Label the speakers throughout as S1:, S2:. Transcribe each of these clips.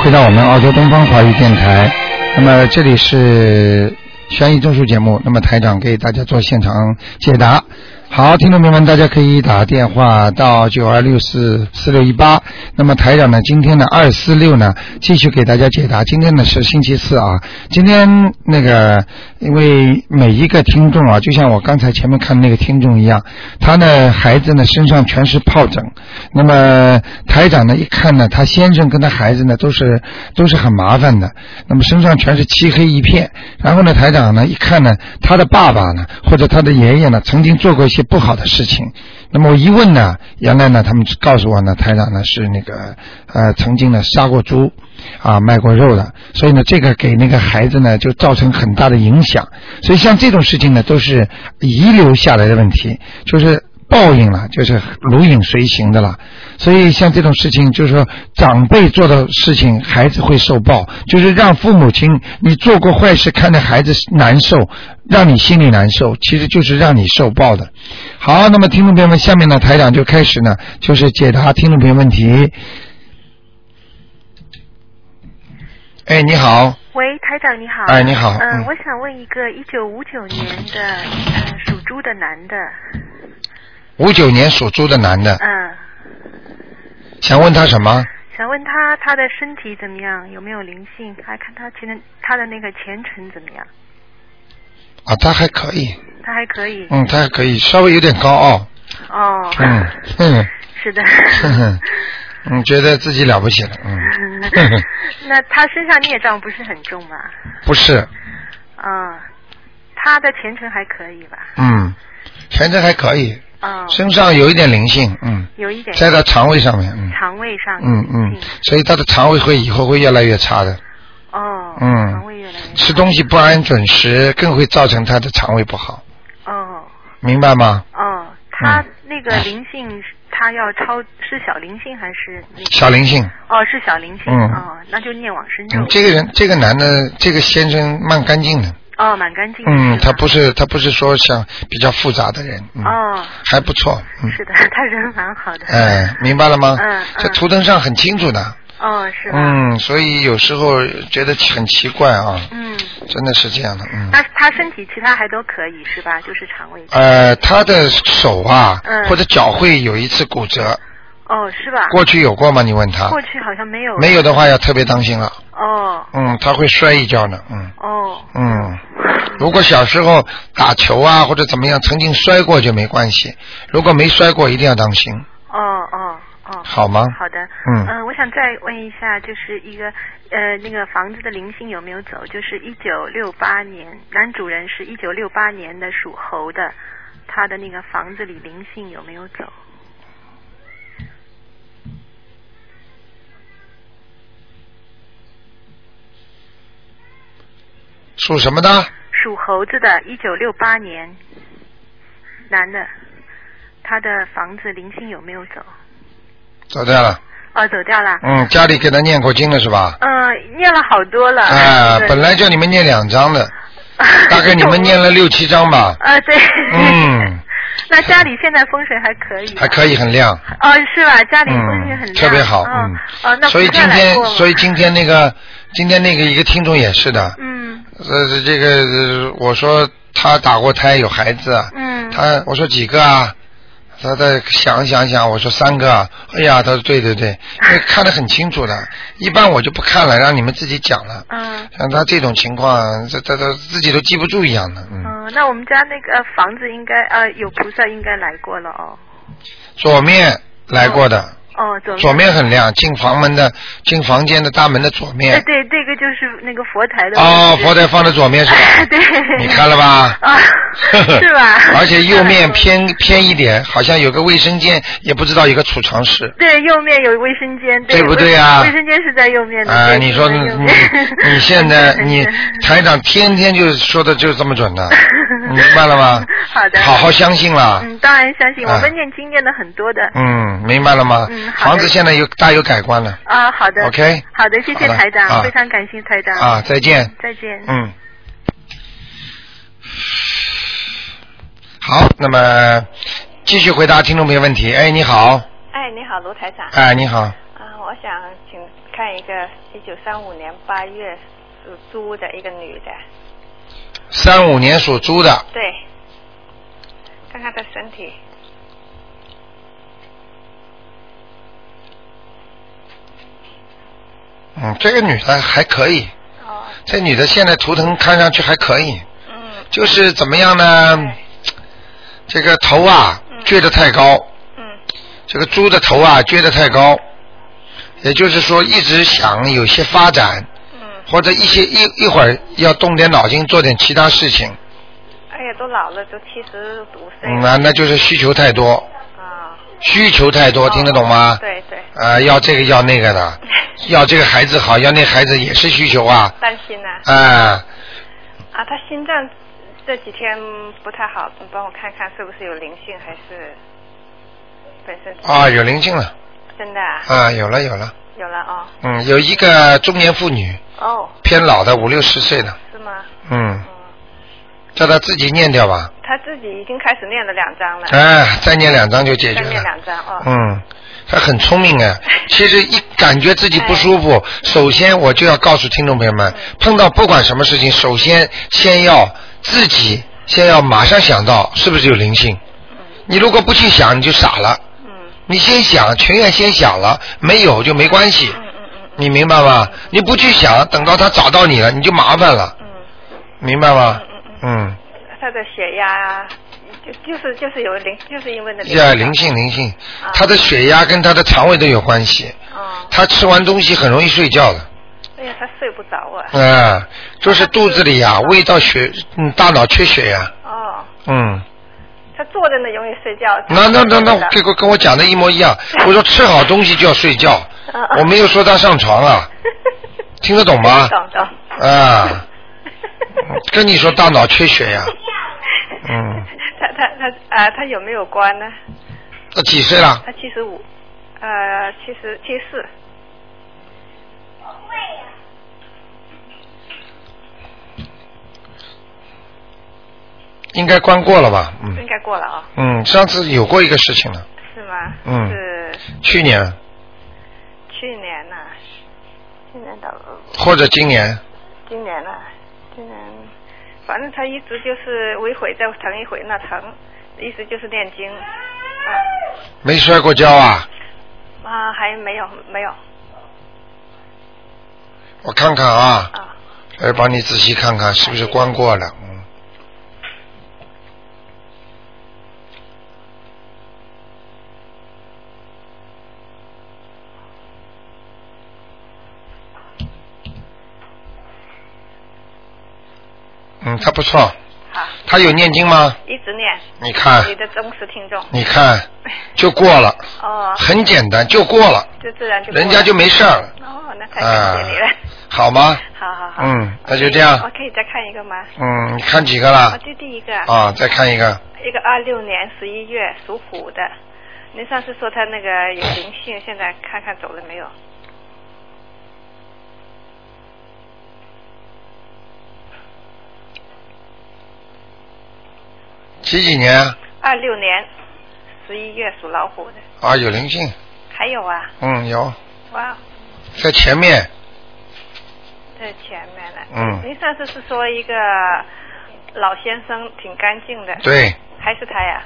S1: 回到我们澳洲东方华语电台。那么这里是悬疑综述节目，那么台长给大家做现场解答。好，听众朋友们，大家可以打电话到九二六四四六一八。那么台长呢，今天的二四六呢，继续给大家解答。今天呢是星期四啊，今天那个因为每一个听众啊，就像我刚才前面看那个听众一样，他呢孩子呢身上全是疱疹。那么台长呢一看呢，他先生跟他孩子呢都是都是很麻烦的，那么身上全是漆黑一片。然后呢，台长呢一看呢，他的爸爸呢或者他的爷爷呢曾经做过一些。不好的事情，那么我一问呢，原来呢，他们告诉我呢，台长呢是那个呃，曾经呢杀过猪，啊卖过肉的，所以呢，这个给那个孩子呢就造成很大的影响，所以像这种事情呢，都是遗留下来的问题，就是。报应了，就是如影随形的了。所以像这种事情，就是说长辈做的事情，孩子会受报。就是让父母亲，你做过坏事，看着孩子难受，让你心里难受，其实就是让你受报的。好，那么听众朋友们，下面呢，台长就开始呢，就是解答听众朋友问题。哎，你好。
S2: 喂，台长你好。
S1: 哎，你好。
S2: 嗯、呃，我想问一个一九五九年的呃属猪的男的。
S1: 五九年属猪的男的，
S2: 嗯，
S1: 想问他什么？
S2: 想问他他的身体怎么样，有没有灵性？还看他前他的那个前程怎么样？
S1: 啊，他还可以。
S2: 他还可以。
S1: 嗯，他还可以，稍微有点高傲。
S2: 哦。
S1: 嗯嗯。
S2: 是的。
S1: 嗯，觉得自己了不起了，嗯。
S2: 那他身上孽障不是很重吗？
S1: 不是。
S2: 啊、嗯，他的前程还可以吧？
S1: 嗯，前程还可以。
S2: 哦、
S1: 身上有一点灵性，嗯，
S2: 有一点，
S1: 在他肠胃上面，嗯，
S2: 肠胃上
S1: 面，嗯嗯，所以他的肠胃会以后会越来越差的。
S2: 哦，
S1: 嗯，
S2: 肠胃越来越
S1: 吃东西不按准时，更会造成他的肠胃不好。
S2: 哦，
S1: 明白吗？
S2: 哦，他那个
S1: 哎
S2: 灵性，嗯、他要超是小灵性还是、那个？
S1: 小灵性。
S2: 哦，是小灵性。嗯，哦，那就念往生咒、
S1: 嗯。这个人，这个男的，这个先生蛮干净的。
S2: 哦，蛮干净的。
S1: 嗯，他不是他不是说像比较复杂的人，嗯、
S2: 哦，
S1: 还不错。嗯、
S2: 是的， 他人蛮好的。
S1: 哎，明白了吗？
S2: 嗯嗯。
S1: 在图腾上很清楚的。
S2: 哦，是吧？
S1: 嗯，所以有时候觉得很奇怪啊。
S2: 嗯。
S1: 真的是这样的，嗯。
S2: 他他身体其他还都可以是吧？就是肠胃。
S1: 呃，他的手啊，
S2: 嗯、
S1: 或者脚会有一次骨折。
S2: 哦，是吧？
S1: 过去有过吗？你问他。
S2: 过去好像没有。
S1: 没有的话，要特别当心了。
S2: 哦。
S1: 嗯，他会摔一跤呢，嗯。
S2: 哦。
S1: 嗯，如果小时候打球啊或者怎么样，曾经摔过就没关系。如果没摔过，一定要当心。
S2: 哦哦哦。
S1: 好吗？
S2: 好的。
S1: 嗯。
S2: 嗯，我想再问一下，就是一个呃那个房子的灵性有没有走？就是一九六八年，男主人是一九六八年的属猴的，他的那个房子里灵性有没有走？
S1: 属什么的？
S2: 属猴子的，一九六八年，男的，他的房子灵性有没有走？
S1: 走掉了。
S2: 哦，走掉了。
S1: 嗯，家里给他念过经了是吧？
S2: 嗯、呃，念了好多了。
S1: 啊、呃，本 来叫你们念两张的，大概你们念了六七张吧。
S2: 啊、呃，对。
S1: 嗯。
S2: 那家里现在风水还可以、啊，
S1: 还可以很亮。
S2: 哦，是吧？家里风水很亮，嗯、
S1: 特别好。
S2: 嗯，哦，那
S1: 所以今天，所以今天那个，今天那个一个听众也是的。
S2: 嗯。
S1: 呃，这个我说他打过胎有孩子。啊
S2: 嗯。
S1: 他我说几个啊？他在想想想，我说三个、啊。哎呀，他说对对对，因为看得很清楚的。一般我就不看了，让你们自己讲了。
S2: 嗯。
S1: 像他这种情况，这这这自己都记不住一样的。嗯。
S2: 嗯，那我们家那个房子应该呃有菩萨应该来过了哦。
S1: 左面来过的。
S2: 哦，左面。
S1: 左面很亮，进房门的进房间的大门的左面。
S2: 对对，这个就是那个佛台的。
S1: 哦，佛台放在左面是吧？
S2: 对。
S1: 你看了吧？
S2: 啊、哦，是吧？
S1: 而且右面偏偏一点，好像有个卫生间，也不知道有个储藏室。
S2: 对，右面有卫生间，
S1: 对不对
S2: 啊？卫生间是在右面的。
S1: 啊、呃，你说你你现 在你台长天天就说的就这么准呢，你明白了吗？
S2: 好的。
S1: 好好相信了。
S2: 嗯，当然相信，我们念经念的很多的。
S1: 啊嗯，明白了吗？
S2: 嗯。
S1: 房子现在有大有改观了。
S2: 啊，好的。
S1: OK。
S2: 好的，谢谢台长，啊、非常感谢台长。
S1: 啊，再见。
S2: 再见。
S1: 嗯。好，那么继续回答听众朋友问题。哎，你好。
S3: 哎，你好，卢台长。
S1: 哎，你好。
S3: 啊，我想请看一个一九三五年八月属猪的一个女的，
S1: 三五年属猪的，
S3: 对，看她的身体，
S1: 嗯，这个女的还可以，
S3: 哦，
S1: 这女的现在图腾看上去还可以，
S3: 嗯
S1: 就是怎么样呢？这个头啊
S3: 嗯
S1: 撅得太高，
S3: 嗯
S1: 这个猪的头啊撅得太高，也就是说一直想有些发展，
S3: 嗯，
S1: 或者一些一一会儿要动点脑筋做点其他事情，
S3: 哎呀，都老了，都七十五岁
S1: 嗯，
S3: 了
S1: 那那就是需求太多，
S3: 啊，
S1: 需求太多，嗯听得懂吗？
S3: 哦对嗯对，
S1: 啊，要这个要那个的，要这个孩子好，要那孩子也是需求啊，
S3: 担心呐、
S1: 啊、
S3: 啊，她心脏这几天不太好，你帮我看看是不是有灵性，还是本身
S1: 啊，有灵性了，
S3: 真的、啊、
S1: 啊，有了有了，
S3: 有了哦
S1: 嗯，有一个中年妇女，
S3: 哦，
S1: 偏老的五六十岁的，
S3: 是吗？
S1: 嗯，
S3: 嗯，
S1: 叫她自己念掉吧，
S3: 她自己已经开始念了两张了，
S1: 哎、再念两张就解决
S3: 嗯再念
S1: 了，
S3: 两张哦。
S1: 嗯，她很聪明啊，其实一感觉自己不舒服，
S3: 哎
S1: 首先我就要告诉听众朋友们，碰到不管什么事情，首先先要自己先要马上想到是不是有灵性，你如果不去想，你就傻了。
S3: 嗯
S1: 你先想，全愿先想了，没有就没关系，
S3: 嗯嗯嗯
S1: 你明白吗？你不去想，等到他找到你了，你就麻烦了，
S3: 嗯
S1: 明白吗
S3: 嗯嗯？
S1: 嗯，
S3: 嗯，他的血压啊就就是就是有灵，就是因为那
S1: 要灵性灵性
S3: 啊，
S1: 他的血压跟他的肠胃都有关系，
S3: 哦，
S1: 他吃完东西很容易睡觉的，
S3: 哎呀，他睡不着啊。
S1: 啊、就是肚子里呀、胃到血，嗯，大脑缺血呀、
S3: 哦，
S1: 嗯，
S3: 他坐着呢容易睡觉。
S1: 那那那那
S3: 嗯，
S1: 跟跟我讲的一模一样，我说吃好东西就要睡觉，我没有说他上床 啊，听得懂吗？
S3: 懂懂。
S1: 啊，跟你说大脑缺血呀、嗯，
S3: 他他他啊，他有没有关呢？
S1: 他几岁了？
S3: 他七十五，呃，七十七四。
S1: 应该关过了吧？
S3: 应
S1: 嗯
S3: 该过了啊、
S1: 嗯，上次有过一个事情了，
S3: 是吗？
S1: 嗯
S3: 是
S1: 去年
S3: 去年呐、去年到
S1: 或者今年，
S3: 今年呐、今年，反正他一直就是我一会再疼一会那疼，意思就是念经，啊
S1: 没摔过跤啊？
S3: 啊还没有没有
S1: 我看看啊，
S3: 啊
S1: 来帮你仔细看看是不是关过了。嗯，嗯，他不错，
S3: 好，
S1: 他有念经吗？
S3: 一直念，
S1: 你看
S3: 你，的忠实听众
S1: 你看，就过了，
S3: 哦，
S1: 很简单，就过了，
S3: 就自然就过了
S1: 人家就没事儿了，
S3: 哦，那太
S1: 啊
S3: 感谢你了，，
S1: 好吗？
S3: 好好好，哦
S1: 嗯，那就这样
S3: 我。可以再看一个吗？
S1: 嗯，你看几个
S3: 哦，
S1: 了？
S3: 就第一个，
S1: 啊，再看一个，
S3: 一个二六年十一月属虎的，您上次说他那个有灵性，现在看看走了没有？
S1: 几几年？
S3: 二六年十一月属老虎的，
S1: 啊，有灵性，
S3: 还有啊，
S1: 嗯，有，
S3: 哇，
S1: 在前面，
S3: 在前面了。
S1: 嗯
S3: 您上次是说一个老先生挺干净的，
S1: 对，
S3: 还是他呀？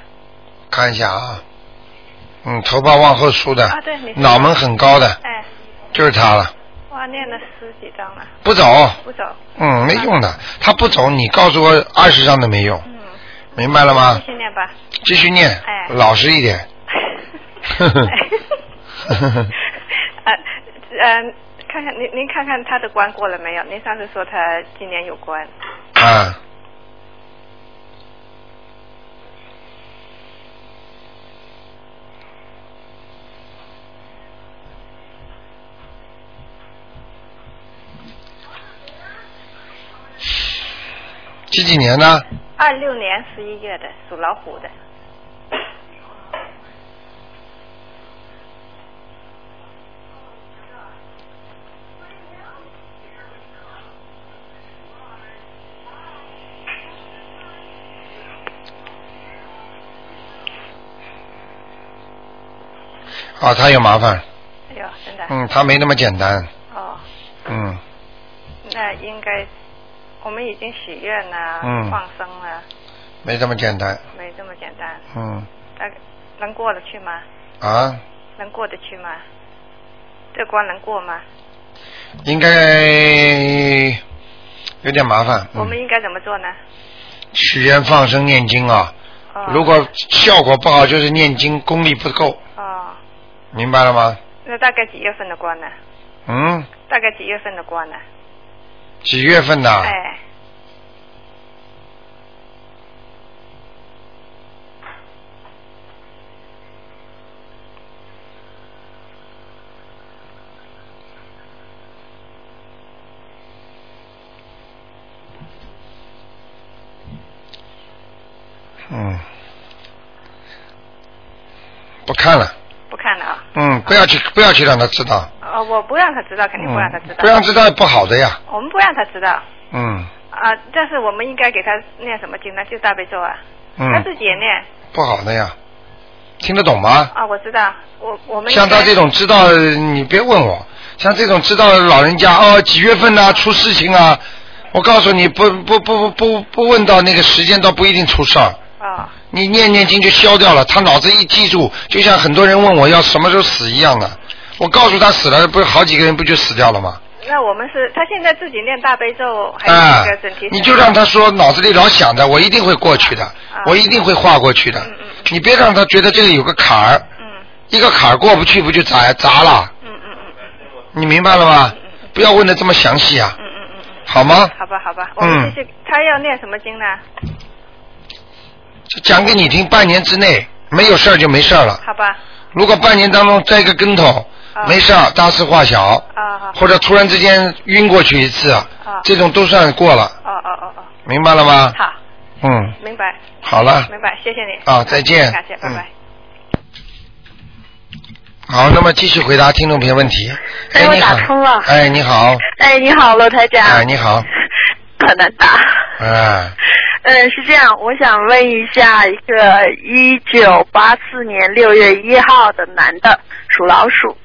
S1: 看一下啊，嗯，头发往后梳的，
S3: 啊对你说
S1: 脑门很高的，
S3: 哎，
S1: 就是他了，
S3: 哇，念了十几张了，
S1: 不走，
S3: 不走，
S1: 嗯，没用的，他不走，你告诉我二十张都没用，
S3: 嗯，
S1: 明白了吗
S3: 继？续念 吧。
S1: 继续念
S3: 嗯哎，
S1: 老实一点，呵呵呵呵
S3: 呃呃，看看您您看看他的关过了没有？您上次说他今年有关，
S1: 啊。几几年呢？
S3: 二六年十一月的属老虎的，
S1: 啊，他有麻烦，
S3: 哎呦，真
S1: 啊
S3: 的，哎
S1: 嗯嗯，他没那么简单，
S3: 哦
S1: 嗯
S3: 应该，我们已经许愿了，
S1: 嗯
S3: 放生了，
S1: 没这么简单。
S3: 没这么简单。
S1: 嗯
S3: 那能过得去吗？
S1: 啊，
S3: 能过得去吗？这关能过吗？
S1: 应该有点麻烦。
S3: 我们
S1: 嗯、
S3: 应该怎么做呢？
S1: 许愿放生念经啊，
S3: 哦、
S1: 如果效果不好，就是念经功力不够，
S3: 哦，
S1: 明白了吗？
S3: 那大概几月份的关呢？
S1: 嗯，
S3: 大概几月份的关呢？
S1: 几月份的？
S3: 哎，
S1: 嗯，不看了。
S3: 不看了啊、
S1: 嗯，不要去，不要去让他知道。
S3: 哦，我不让他知道，肯定不让他知道。
S1: 嗯不让知道不好的呀。
S3: 我们不让他知道
S1: 嗯
S3: 啊，但是我们应该给他念什么经呢？就大悲咒啊，他
S1: 嗯，
S3: 自己也念
S1: 不好的呀，听得懂吗？
S3: 啊，我知道，我我们应该
S1: 像他这种知道，你别问我。像这种知道老人家哦，几月份呐、出事情啊？我告诉你，不不不不不不问到那个时间，倒不一定出事儿。
S3: 哦
S1: 你念念经就消掉了，他脑子一记住，就像很多人问我要什么时候死一样的。我告诉他死了，不是好几个人不就死掉了吗？
S3: 那我们是他现在自己念大悲咒，还有
S1: 啊
S3: 那个哎整体、，啊
S1: 你就让他说脑子里老想着，我一定会过去的，我一定会跨过去的
S3: 嗯嗯。
S1: 你别让他觉得这里有个坎儿，
S3: 嗯
S1: 一个坎儿过不去不就砸砸了？
S3: 嗯嗯嗯嗯
S1: 你明白了吗？不要问的这么详细啊，
S3: 嗯嗯嗯，
S1: 好吗？
S3: 好吧好
S1: 嗯
S3: 吧，我们继续，他要念什么经呢？
S1: 就讲给你听，半年之内没有事儿就没事儿了。
S3: 好吧，
S1: 如果半年当中栽个跟头，
S3: 啊
S1: 没事儿，大事化小，
S3: 啊好，
S1: 或者突然之间晕过去一次，啊
S2: 啊
S1: 这种都算过了，
S3: 哦哦哦哦，
S1: 明白了吗？
S3: 好，
S1: 嗯，
S3: 明白
S1: 好了。
S3: 明白，谢谢你
S1: 啊再见嗯
S3: 感谢，拜拜。
S1: 好，那么继续回答听众朋友问题。
S2: 哎我
S1: 你好
S2: 打通了
S1: 哎，你好。
S2: 哎，你好，罗台长。
S1: 哎，你好。
S2: 很难打。
S1: 哎，
S2: 嗯，是这样，我想问一下，一个一九八四年六月一号的男的，属老鼠。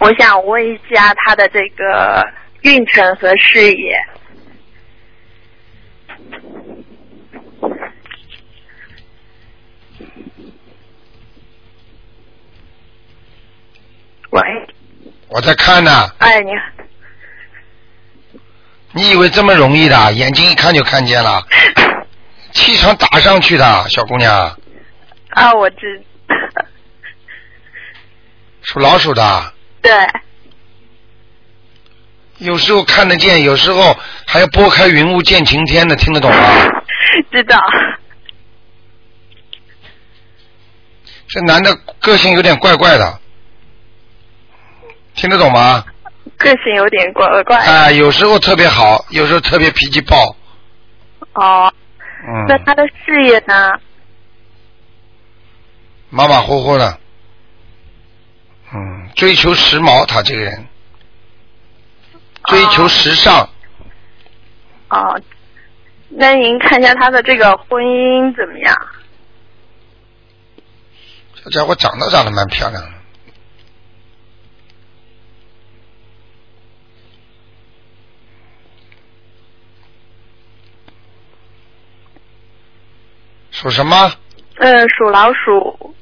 S2: 我想问一下他的这个运程和事业。喂，
S1: 我在看呢、
S2: 哎，你好。
S1: 你以为这么容易的？眼睛一看就看见了，气场打上去的，小姑娘，
S2: 啊，我知，
S1: 属老鼠的，
S2: 对，
S1: 有时候看得见，有时候还要拨开云雾见晴天的，听得懂吗？
S2: 知道，
S1: 这男的个性有点怪怪的，听得懂吗？
S2: 个性有点怪怪。
S1: 哎，有时候特别好，有时候特别脾气暴。
S2: 哦，那
S1: 嗯，
S2: 他的事业呢？
S1: 马马虎虎的，嗯，追求时髦，他这个人追求时尚，
S2: 哦，那您看一下他的这个婚姻怎么样？
S1: 这家伙长得长得蛮漂亮的，属什么？
S2: 嗯，属老鼠。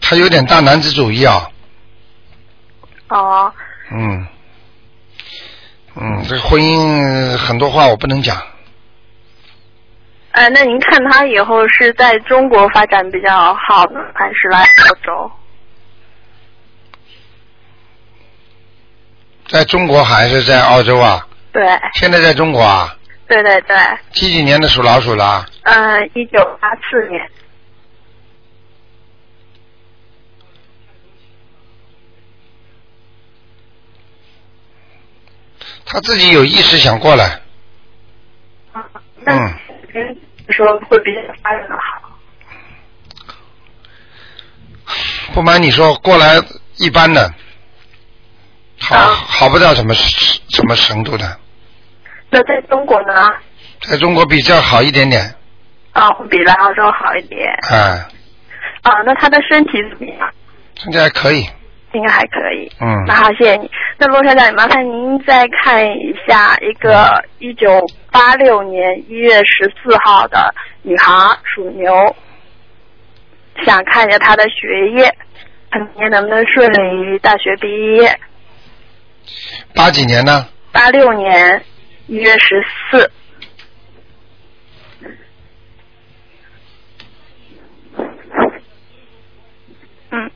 S1: 他有点大男子主义啊，
S2: 哦，
S1: 嗯，嗯，这婚姻很多话我不能讲，
S2: 呃，那您看他以后是在中国发展比较好呢，还是来澳洲？
S1: 在中国还是在澳洲啊？
S2: 对，
S1: 现在在中国啊？
S2: 对对对，
S1: 几几年的属老鼠了啊？
S2: 嗯，一九八四年，
S1: 他自己有意识想过来，
S2: 那
S1: 嗯
S2: 您说会比较发展的好？
S1: 不瞒你说，过来一般的，好、
S2: 啊
S1: 好不到什么什么程度的，
S2: 那在中国呢？
S1: 在中国比这好一点点，
S2: 啊，会比来澳洲好一点。
S1: 哎，
S2: 啊，那他的身体怎么样？
S1: 现在还可以，
S2: 应该还可以。
S1: 嗯，
S2: 那好，谢谢你。那罗台长，麻烦您再看一下一个一九八六年一月十四号的女孩，属牛，想看一下她的学业，看明年能不能顺利于大学毕业。
S1: 八几年呢？
S2: 八六年一月十四，嗯，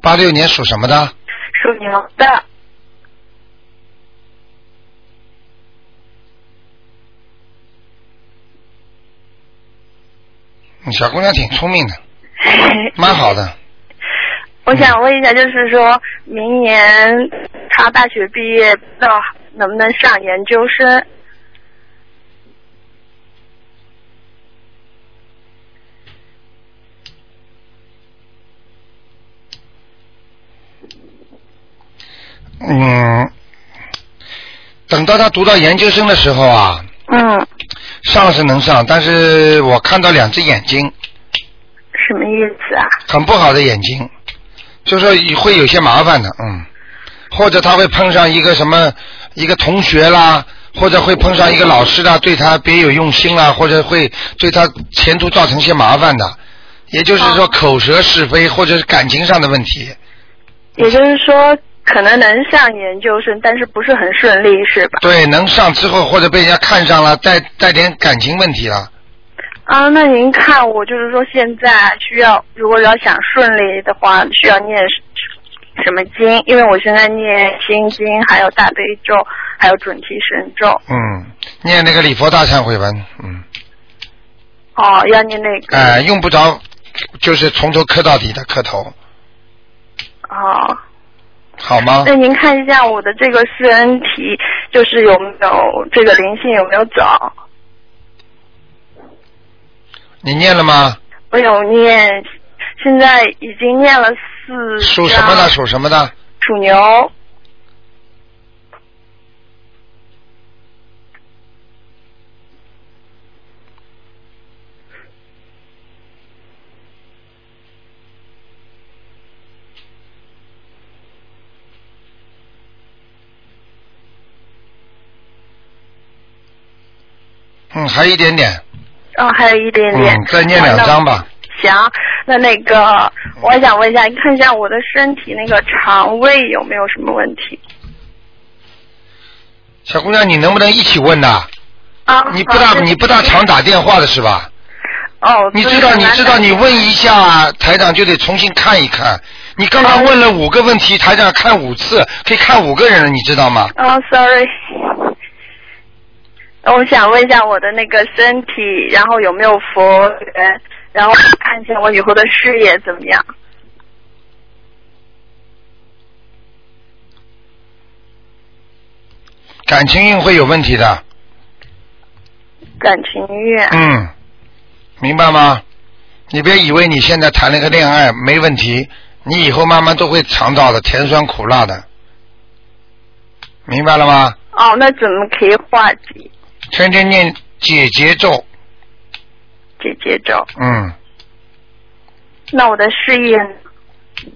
S1: 八六年属什么的？
S2: 属牛的，
S1: 嗯小姑娘挺聪明的，蛮好的。
S2: 我想问一下，就是说明年他大学毕业，不知道能不能上研究生？
S1: 嗯，等到她读到研究生的时候啊，
S2: 嗯，
S1: 上是能上，但是我看到两只眼睛
S2: 什么意思啊？
S1: 很不好的眼睛，就说会有些麻烦的，嗯，或者她会碰上一个什么一个同学啦，或者会碰上一个老师啦，对她别有用心啦，或者会对她前途造成些麻烦的，也就是说
S2: 哦
S1: 口舌是非或者是感情上的问题，
S2: 也就是说，可能能上研究生，但是不是很顺利，是吧？
S1: 对，能上之后或者被人家看上了，带带点感情问题了。
S2: 啊，那您看，我就是说，现在需要，如果要想顺利的话，需要念什什么经？因为我现在念心经，还有大悲咒，还有准提神咒。
S1: 嗯，念那个礼佛大忏悔文，嗯，
S2: 哦，要念那个。
S1: 哎、用不着，就是从头磕到底的磕头，
S2: 哦，
S1: 好吗
S2: 那？您看一下我的这个身体，就是有没有这个灵性有没有走？
S1: 你念了吗？
S2: 我有念，现在已经念了四
S1: 属什么的？
S2: 张
S1: 属什么的？
S2: 属牛。
S1: 嗯，还有一点点。
S2: 哦，还有一点点。
S1: 嗯，再念两张吧。
S2: 行，那那个，我还想问一下，你看一下我的身体那个肠胃有没有什么问题
S1: 小姑娘，你能不能一起问呐、
S2: 啊？
S1: 你不大
S2: 好
S1: 你不大常打电话的是吧？
S2: 哦，
S1: 你
S2: 所以
S1: 知道
S2: 嗯很
S1: 你
S2: 难
S1: 知道
S2: 打
S1: 你问一下台长就得重新看一看。你刚
S2: 嗯
S1: 刚问了五个问题，台长看五次，可以看五个人了，你知道吗？
S2: 啊、s o r r y 我想问一下我的那个身体，然后有没有佛缘，然后看一下我以后的事业怎么样。
S1: 感情运会有问题的，
S2: 感情运，
S1: 嗯，明白吗？你别以为你现在谈了个恋爱没问题，你以后慢慢都会尝到的，甜酸苦辣的，明白了吗？
S2: 哦，那怎么可以化解
S1: 天天念解结咒，
S2: 解结咒？
S1: 嗯，
S2: 那我的事业呢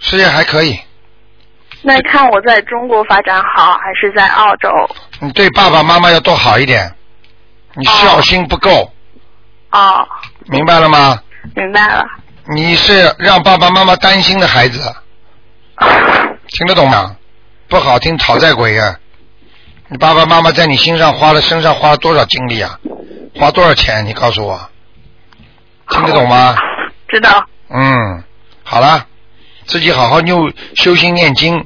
S1: 事业还可以。
S2: 那看我在中国发展好，还是在澳洲？
S1: 你对爸爸妈妈要多好一点，你孝心不够，
S2: 哦，
S1: 明白了吗？
S2: 明白了。
S1: 你是让爸爸妈妈担心的孩子，听得懂吗？不好听，讨债鬼呀、你爸爸妈妈在你身上花了身上花了多少精力啊？花多少钱？你告诉我，听得懂吗？
S2: 知道。
S1: 嗯，好了，自己好好修修心念经，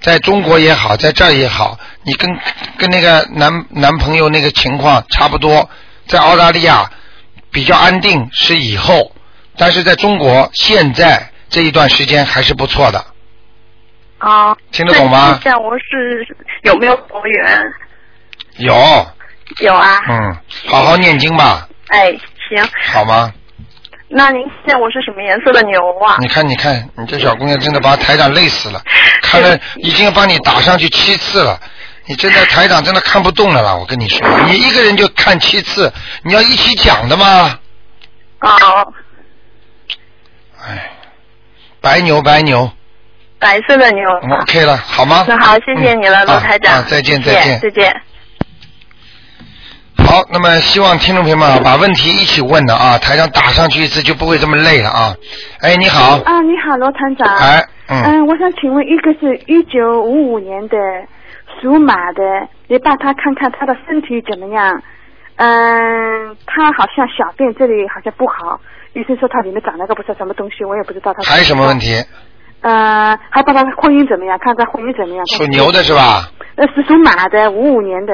S1: 在中国也好，在这儿也好，你跟跟那个男男朋友那个情况差不多，在澳大利亚比较安定，是以后但是在中国现在这一段时间还是不错的。
S2: 啊，
S1: 听得懂吗
S2: 像我是有没有佛缘？
S1: 有，
S2: 有啊，
S1: 嗯，好好念经吧，
S2: 哎，行，
S1: 好吗？
S2: 那您见我是什么颜色的牛啊？
S1: 你看，你看，你这小姑娘真的把台长累死 了，看了已经把你打上去七次了。你真的台长真的看不动了啦！我跟你说，你一个人就看七次，你要一起讲的吗？
S2: 哦，
S1: 哎，白牛白牛、
S2: 白色的牛。啊
S1: 嗯、，OK 了，好吗？
S2: 那好，谢谢你了，
S1: 嗯
S2: 罗台长。
S1: 啊啊再见
S2: 谢谢
S1: 再见
S2: 再见。
S1: 好，那么希望听众朋友们啊把问题一起问了啊，台上打上去一次就不会这么累了啊。哎，你好，
S2: 嗯
S4: 啊，你好，罗团长。
S1: 哎，嗯，
S4: 嗯，我想请问，一个是一九五五年的属马的，你帮他看看他的身体怎么样？嗯，他好像小便这里好像不好，医生说他里面长了个不知道什么东西，我也不知道他。
S1: 还有什么问？题？
S4: 嗯，还帮他婚姻怎么样？看他婚姻怎么样？
S1: 属牛的是吧？
S4: 呃，是属马的，五五年的。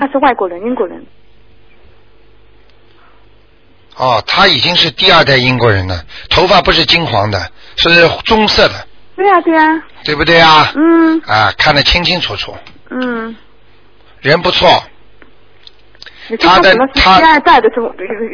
S4: 他是外国人，英国人。
S1: 哦，他已经是第二代英国人了，头发不是金黄的，是棕色的，
S4: 对呀、对呀、
S1: 对不对啊？
S4: 嗯
S1: 啊，看得清清楚楚，
S4: 嗯。
S1: 人不错。
S4: 你说他
S1: 他的
S4: 怎么是
S1: 他
S4: 第二代的中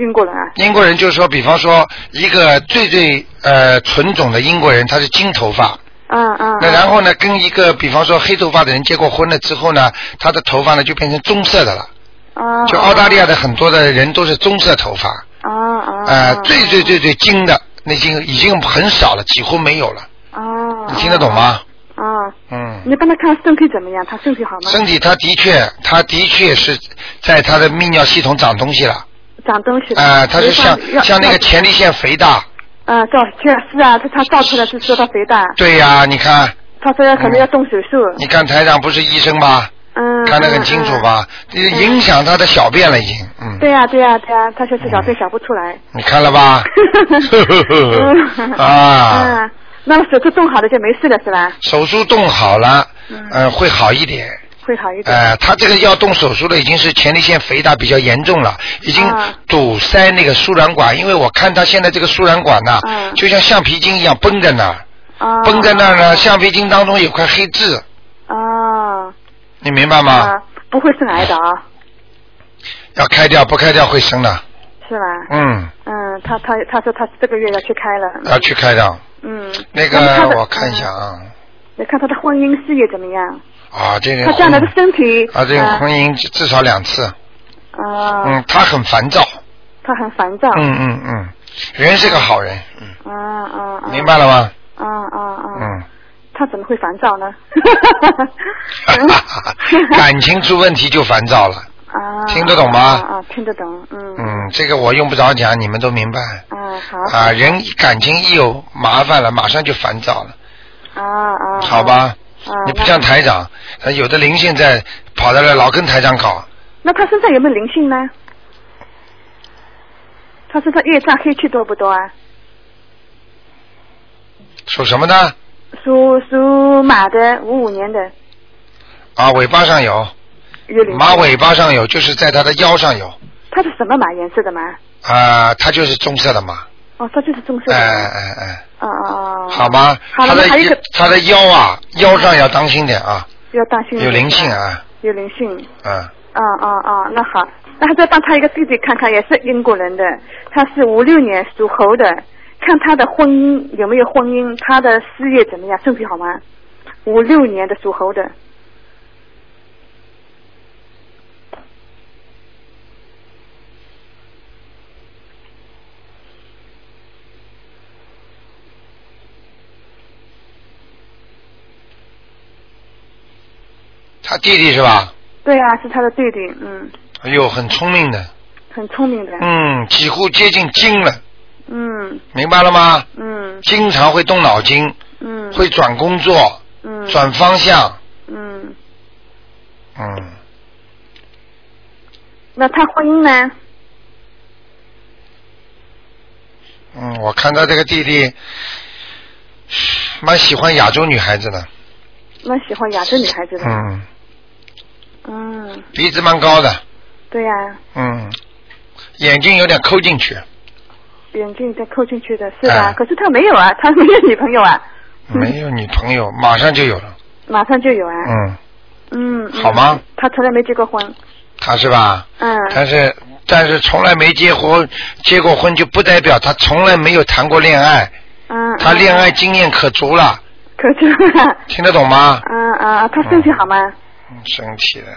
S4: 英国人啊？
S1: 英国人就是说，比方说一个最最呃纯种的英国人，他是金头发，
S4: 嗯嗯。
S1: 那
S4: 嗯
S1: 然后呢，跟一个比方说黑头发的人结过婚了之后呢，他的头发呢就变成棕色的了。
S4: 哦
S1: 就澳大利亚的很多的人都是棕色头发，
S4: 哦哦。
S1: 呃，最最最最金的那些已经很少了，几乎没有了。
S4: 哦。
S1: 你听得懂吗？
S4: 哦？哦，
S1: 嗯，
S4: 你帮他看身体怎么样？他身体好吗？
S1: 身体他的确，他的确是在他的泌尿系统长东西了，
S4: 长东西了。
S1: 呃，他是像
S4: 要
S1: 像那个
S4: 要
S1: 前列腺肥大，
S4: 嗯，照确是啊，他他照出来是说他肥大，
S1: 对呀、你看，
S4: 他说可能要动手术。
S1: 嗯你看台长不是医生吧？
S4: 嗯。
S1: 看得很清楚吧？影响他的小便了已经，
S4: 嗯？嗯
S1: 嗯，
S4: 对呀对呀对呀，他说是小便小不出 来。
S1: 你看了吧？ 呵呵呵
S4: 嗯
S1: 啊，
S4: 嗯，那手术动好了就没事了是吧？
S1: 手术动好了，
S4: 嗯
S1: 呃，会好一点。
S4: 会好一点。
S1: 呃，他这个要动手术的已经是前列腺肥大比较严重了，已经
S4: 啊
S1: 堵塞那个输卵管，因为我看他现在这个输卵管呐、
S4: 嗯
S1: 就像橡皮筋一样绷在那儿，
S4: 哦
S1: 呃绷在那儿呢，橡皮筋当中有块黑痣，
S4: 哦。
S1: 你明白吗？
S4: 啊，不会是癌的啊、
S1: 要开掉，不开掉会生的，
S4: 是吧？
S1: 嗯，
S4: 嗯，他他他说他这个月要去开了。
S1: 要去开掉。
S4: 嗯。
S1: 呃那
S4: 么他
S1: 个
S4: 的
S1: 我看一下
S4: 嗯
S1: 啊，
S4: 你看他的婚姻事业怎么样？
S1: 啊，这个
S4: 他将来的
S1: 婚
S4: 身体
S1: 啊，这个
S4: 呃
S1: 婚姻至至少两次，
S4: 啊、
S1: 嗯，他很烦躁，
S4: 他很烦躁。
S1: 嗯嗯嗯，人是个好人，嗯，
S4: 啊啊啊！
S1: 明白了吗？
S4: 啊啊啊！
S1: 嗯。
S4: 他怎么会烦躁呢？
S1: 感情出问题就烦躁了。
S4: 啊！
S1: 听得懂吗
S4: 啊啊，听得懂，嗯。
S1: 嗯，这个我用不着讲，你们都明白。
S4: 啊，好。
S1: 啊，人一感情一有麻烦了，马上就烦躁了，
S4: 啊啊。
S1: 好。吧？
S4: 啊，
S1: 你不
S4: 那
S1: 像台长，
S4: 嗯
S1: 呃有的灵性在跑到来老跟台长搞，
S4: 那他身上有没有灵性呢？他身上业障黑气多不多啊？
S1: 属什么呢？
S4: 属属马的，五五年的，
S1: 啊，尾巴上有，
S4: 有灵性
S1: 马。尾巴上有，就是在他的腰上有。
S4: 它是什么马颜色的马？
S1: 啊，它就是棕色的马，
S4: 哦，它就是棕色的
S1: 哎
S4: 马。
S1: 哎哎，
S4: 哦哦哦。
S1: 好吗？
S4: 好
S1: 它的
S4: 了，那还有一个
S1: 它的腰啊，腰上要当心点啊，
S4: 要当心。
S1: 有灵性。啊，
S4: 有灵性。
S1: 嗯，
S4: 哦哦哦，那好，那还再帮他一个弟弟看看，也是英国人的，他是五六年属猴的，看他的婚姻有没有婚姻，他的事业怎么样，身体好吗？五六年的属猴的，
S1: 他弟弟是吧？
S4: 对啊，是他的弟弟，嗯，
S1: 哎呦，很聪明的，
S4: 很聪明的，
S1: 嗯，几乎接近精了，
S4: 嗯
S1: 明白了吗？
S4: 嗯
S1: 经常会动脑筋，
S4: 嗯，
S1: 会转工作，
S4: 嗯
S1: 转方向，
S4: 嗯，
S1: 嗯，
S4: 那他婚姻呢？
S1: 嗯，我看他这个弟弟蛮喜欢亚洲女孩子的，
S4: 蛮喜欢亚洲女孩子的，
S1: 嗯，
S4: 嗯，
S1: 鼻子蛮高的，
S4: 对呀、
S1: 嗯，眼睛有点抠进去，
S4: 眼镜再扣进去的是吧？
S1: 哎
S4: 可是他没有啊，他没有女朋友啊，
S1: 没有女朋友，马上就有了。
S4: 马上就有啊。
S1: 嗯，
S4: 嗯，嗯
S1: 好吗？
S4: 他从来没结过婚，
S1: 他是吧？
S4: 嗯，
S1: 但是但是从来没结婚，结过婚就不代表他从来没有谈过恋爱，
S4: 嗯，
S1: 他
S4: 嗯
S1: 恋爱经验可足了，
S4: 可是，
S1: 听得懂吗？
S4: 嗯嗯，他身体好吗？
S1: 嗯生气了。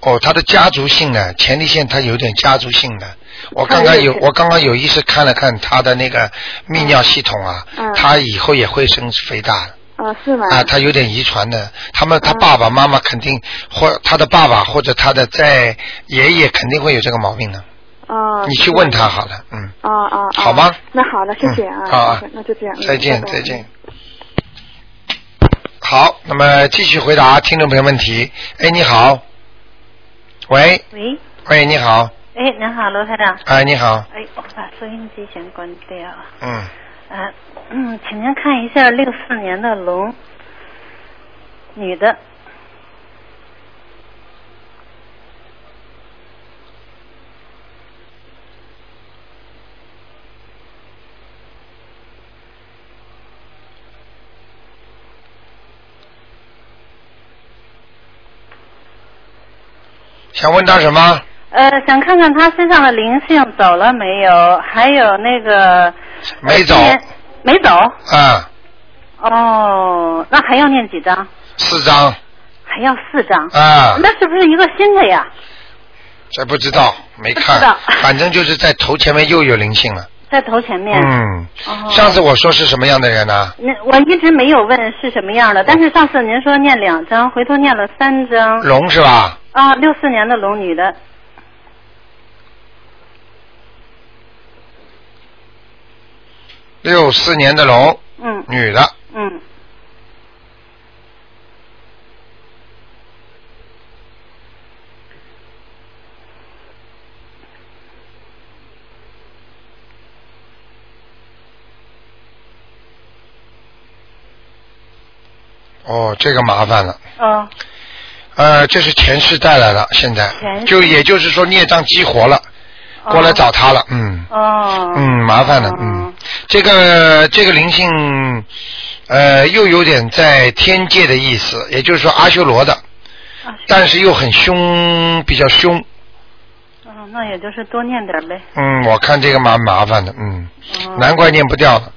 S1: 哦，他的家族性呢，前列腺他有点家族性的。我刚刚有，
S4: 他有点
S1: 我刚刚有意识看了看他的那个泌尿系统啊，
S4: 嗯
S1: 他以后也会生肥大的
S4: 啊，是吗？
S1: 啊，他有点遗传的。他们他
S4: 嗯
S1: 爸爸妈妈肯定或他的爸爸或者他的在爷爷肯定会有这个毛病的。
S4: 哦，
S1: 你去问他好了，嗯，
S4: 哦哦，哦
S1: 好吗？
S4: 那好了，谢谢啊，
S1: 嗯好啊
S4: 那就这样，嗯
S1: 再见
S4: 拜拜
S1: 再见。好，那么继续回答听众朋友问题。哎，你好，喂，
S5: 喂，
S1: 喂，你好，
S5: 哎，您好，罗台长。
S1: 哎，你好，
S5: 哎，我把收音机先关掉。
S1: 嗯，
S5: 啊，嗯，请您看一下六四年的龙，女的，
S1: 想问他什么？
S5: 呃，想看看她身上的灵性走了没有，还有那个
S1: 没走
S5: 今年没走。
S1: 啊，
S5: 哦，那还要念几张？
S1: 四张
S5: 还要四张。
S1: 啊，
S5: 那是不是一个新的呀？
S1: 这不知道，没看
S5: 不知道，
S1: 反正就是在头前面又有灵性了。
S5: 在头前面。
S1: 嗯，
S5: 哦
S1: 上次我说是什么样的人呢、啊
S5: 那我一直没有问是什么样的，但是上次您说念两张，回头念了三张。
S1: 龙是吧？
S5: 啊，六四年的龙女的，
S1: 六四年的龙，
S5: 嗯
S1: 女的，
S5: 嗯，
S1: 哦，这个麻烦了。
S5: 哦，
S1: 呃，这是前世带来了，现在
S5: 前世
S1: 就也就是说孽障激活了，
S5: 哦
S1: 过来找他了，嗯
S5: 哦，
S1: 嗯，麻烦了
S5: 哦，
S1: 嗯，，这个这个灵性，呃，又有点在天界的意思，也就是说阿修罗的，
S5: 啊
S1: 但是又很凶，比较凶，
S5: 哦，那也就是多念点呗，
S1: 嗯，我看这个蛮麻烦的，嗯，
S5: 哦、
S1: 难怪念不掉了，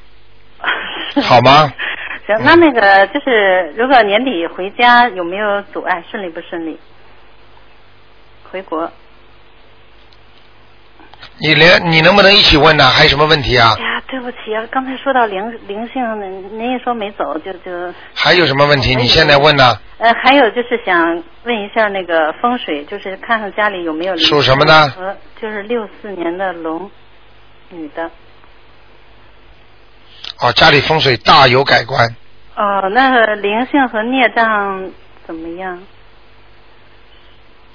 S1: 好吗？
S5: 行，那那个就是，如果年底回家有没有阻碍，顺利不顺利？回
S1: 啊
S5: 国，
S1: 你连你能不能一起问呢、还有什么问题啊
S5: 哎？呀，对不起啊，刚才说到灵灵性，您您一说没走，就就
S1: 还有什么问题？
S5: 哎
S1: 你现在问呢、
S5: 呃，还有就是想问一下那个风水，就是看看家里有没有灵
S1: 属什么呢
S5: 和就是六四年的龙，女的。
S1: 哦，家里风水大有改观，
S5: 哦，那个灵性和孽障怎么样？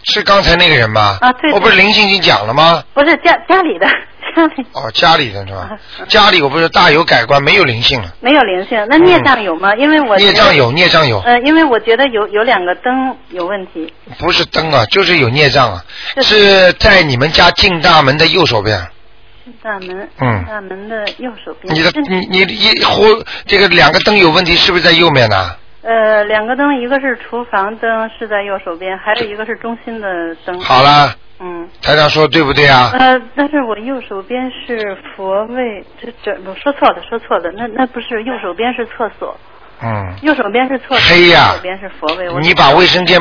S1: 是刚才那个人吗？
S5: 啊对
S1: 我不是灵性已经讲了吗？
S5: 不是家家里的家里
S1: 哦，家里的是吧？
S5: 啊
S1: 家里我不是大有改观，没有灵性了。
S5: 没有灵性，那孽障有吗？因为我觉
S1: 嗯孽
S5: 得
S1: 障。有，孽障有，
S5: 呃，因为我觉得有有两个灯有问题。
S1: 不是灯啊，就是有孽障啊，
S5: 这
S1: 是在你们家进大门的右手边。
S5: 大门，
S1: 嗯
S5: 大门的右手边。
S1: 你的嗯
S5: 这
S1: 你你一忽这个两个灯有问题，是不是在右面呢？
S5: 呃，两个灯，一个是厨房灯是在右手边，还有一个是中心的灯。
S1: 好啦，
S5: 嗯。
S1: 台长说对不对啊？
S5: 呃，但是我右手边是佛位，这这我说错了，说错了，那那不是右手边是厕所，
S1: 嗯，
S5: 右手边是厕所，
S1: 黑呀
S5: 右手边是佛位，我
S1: 你把卫生间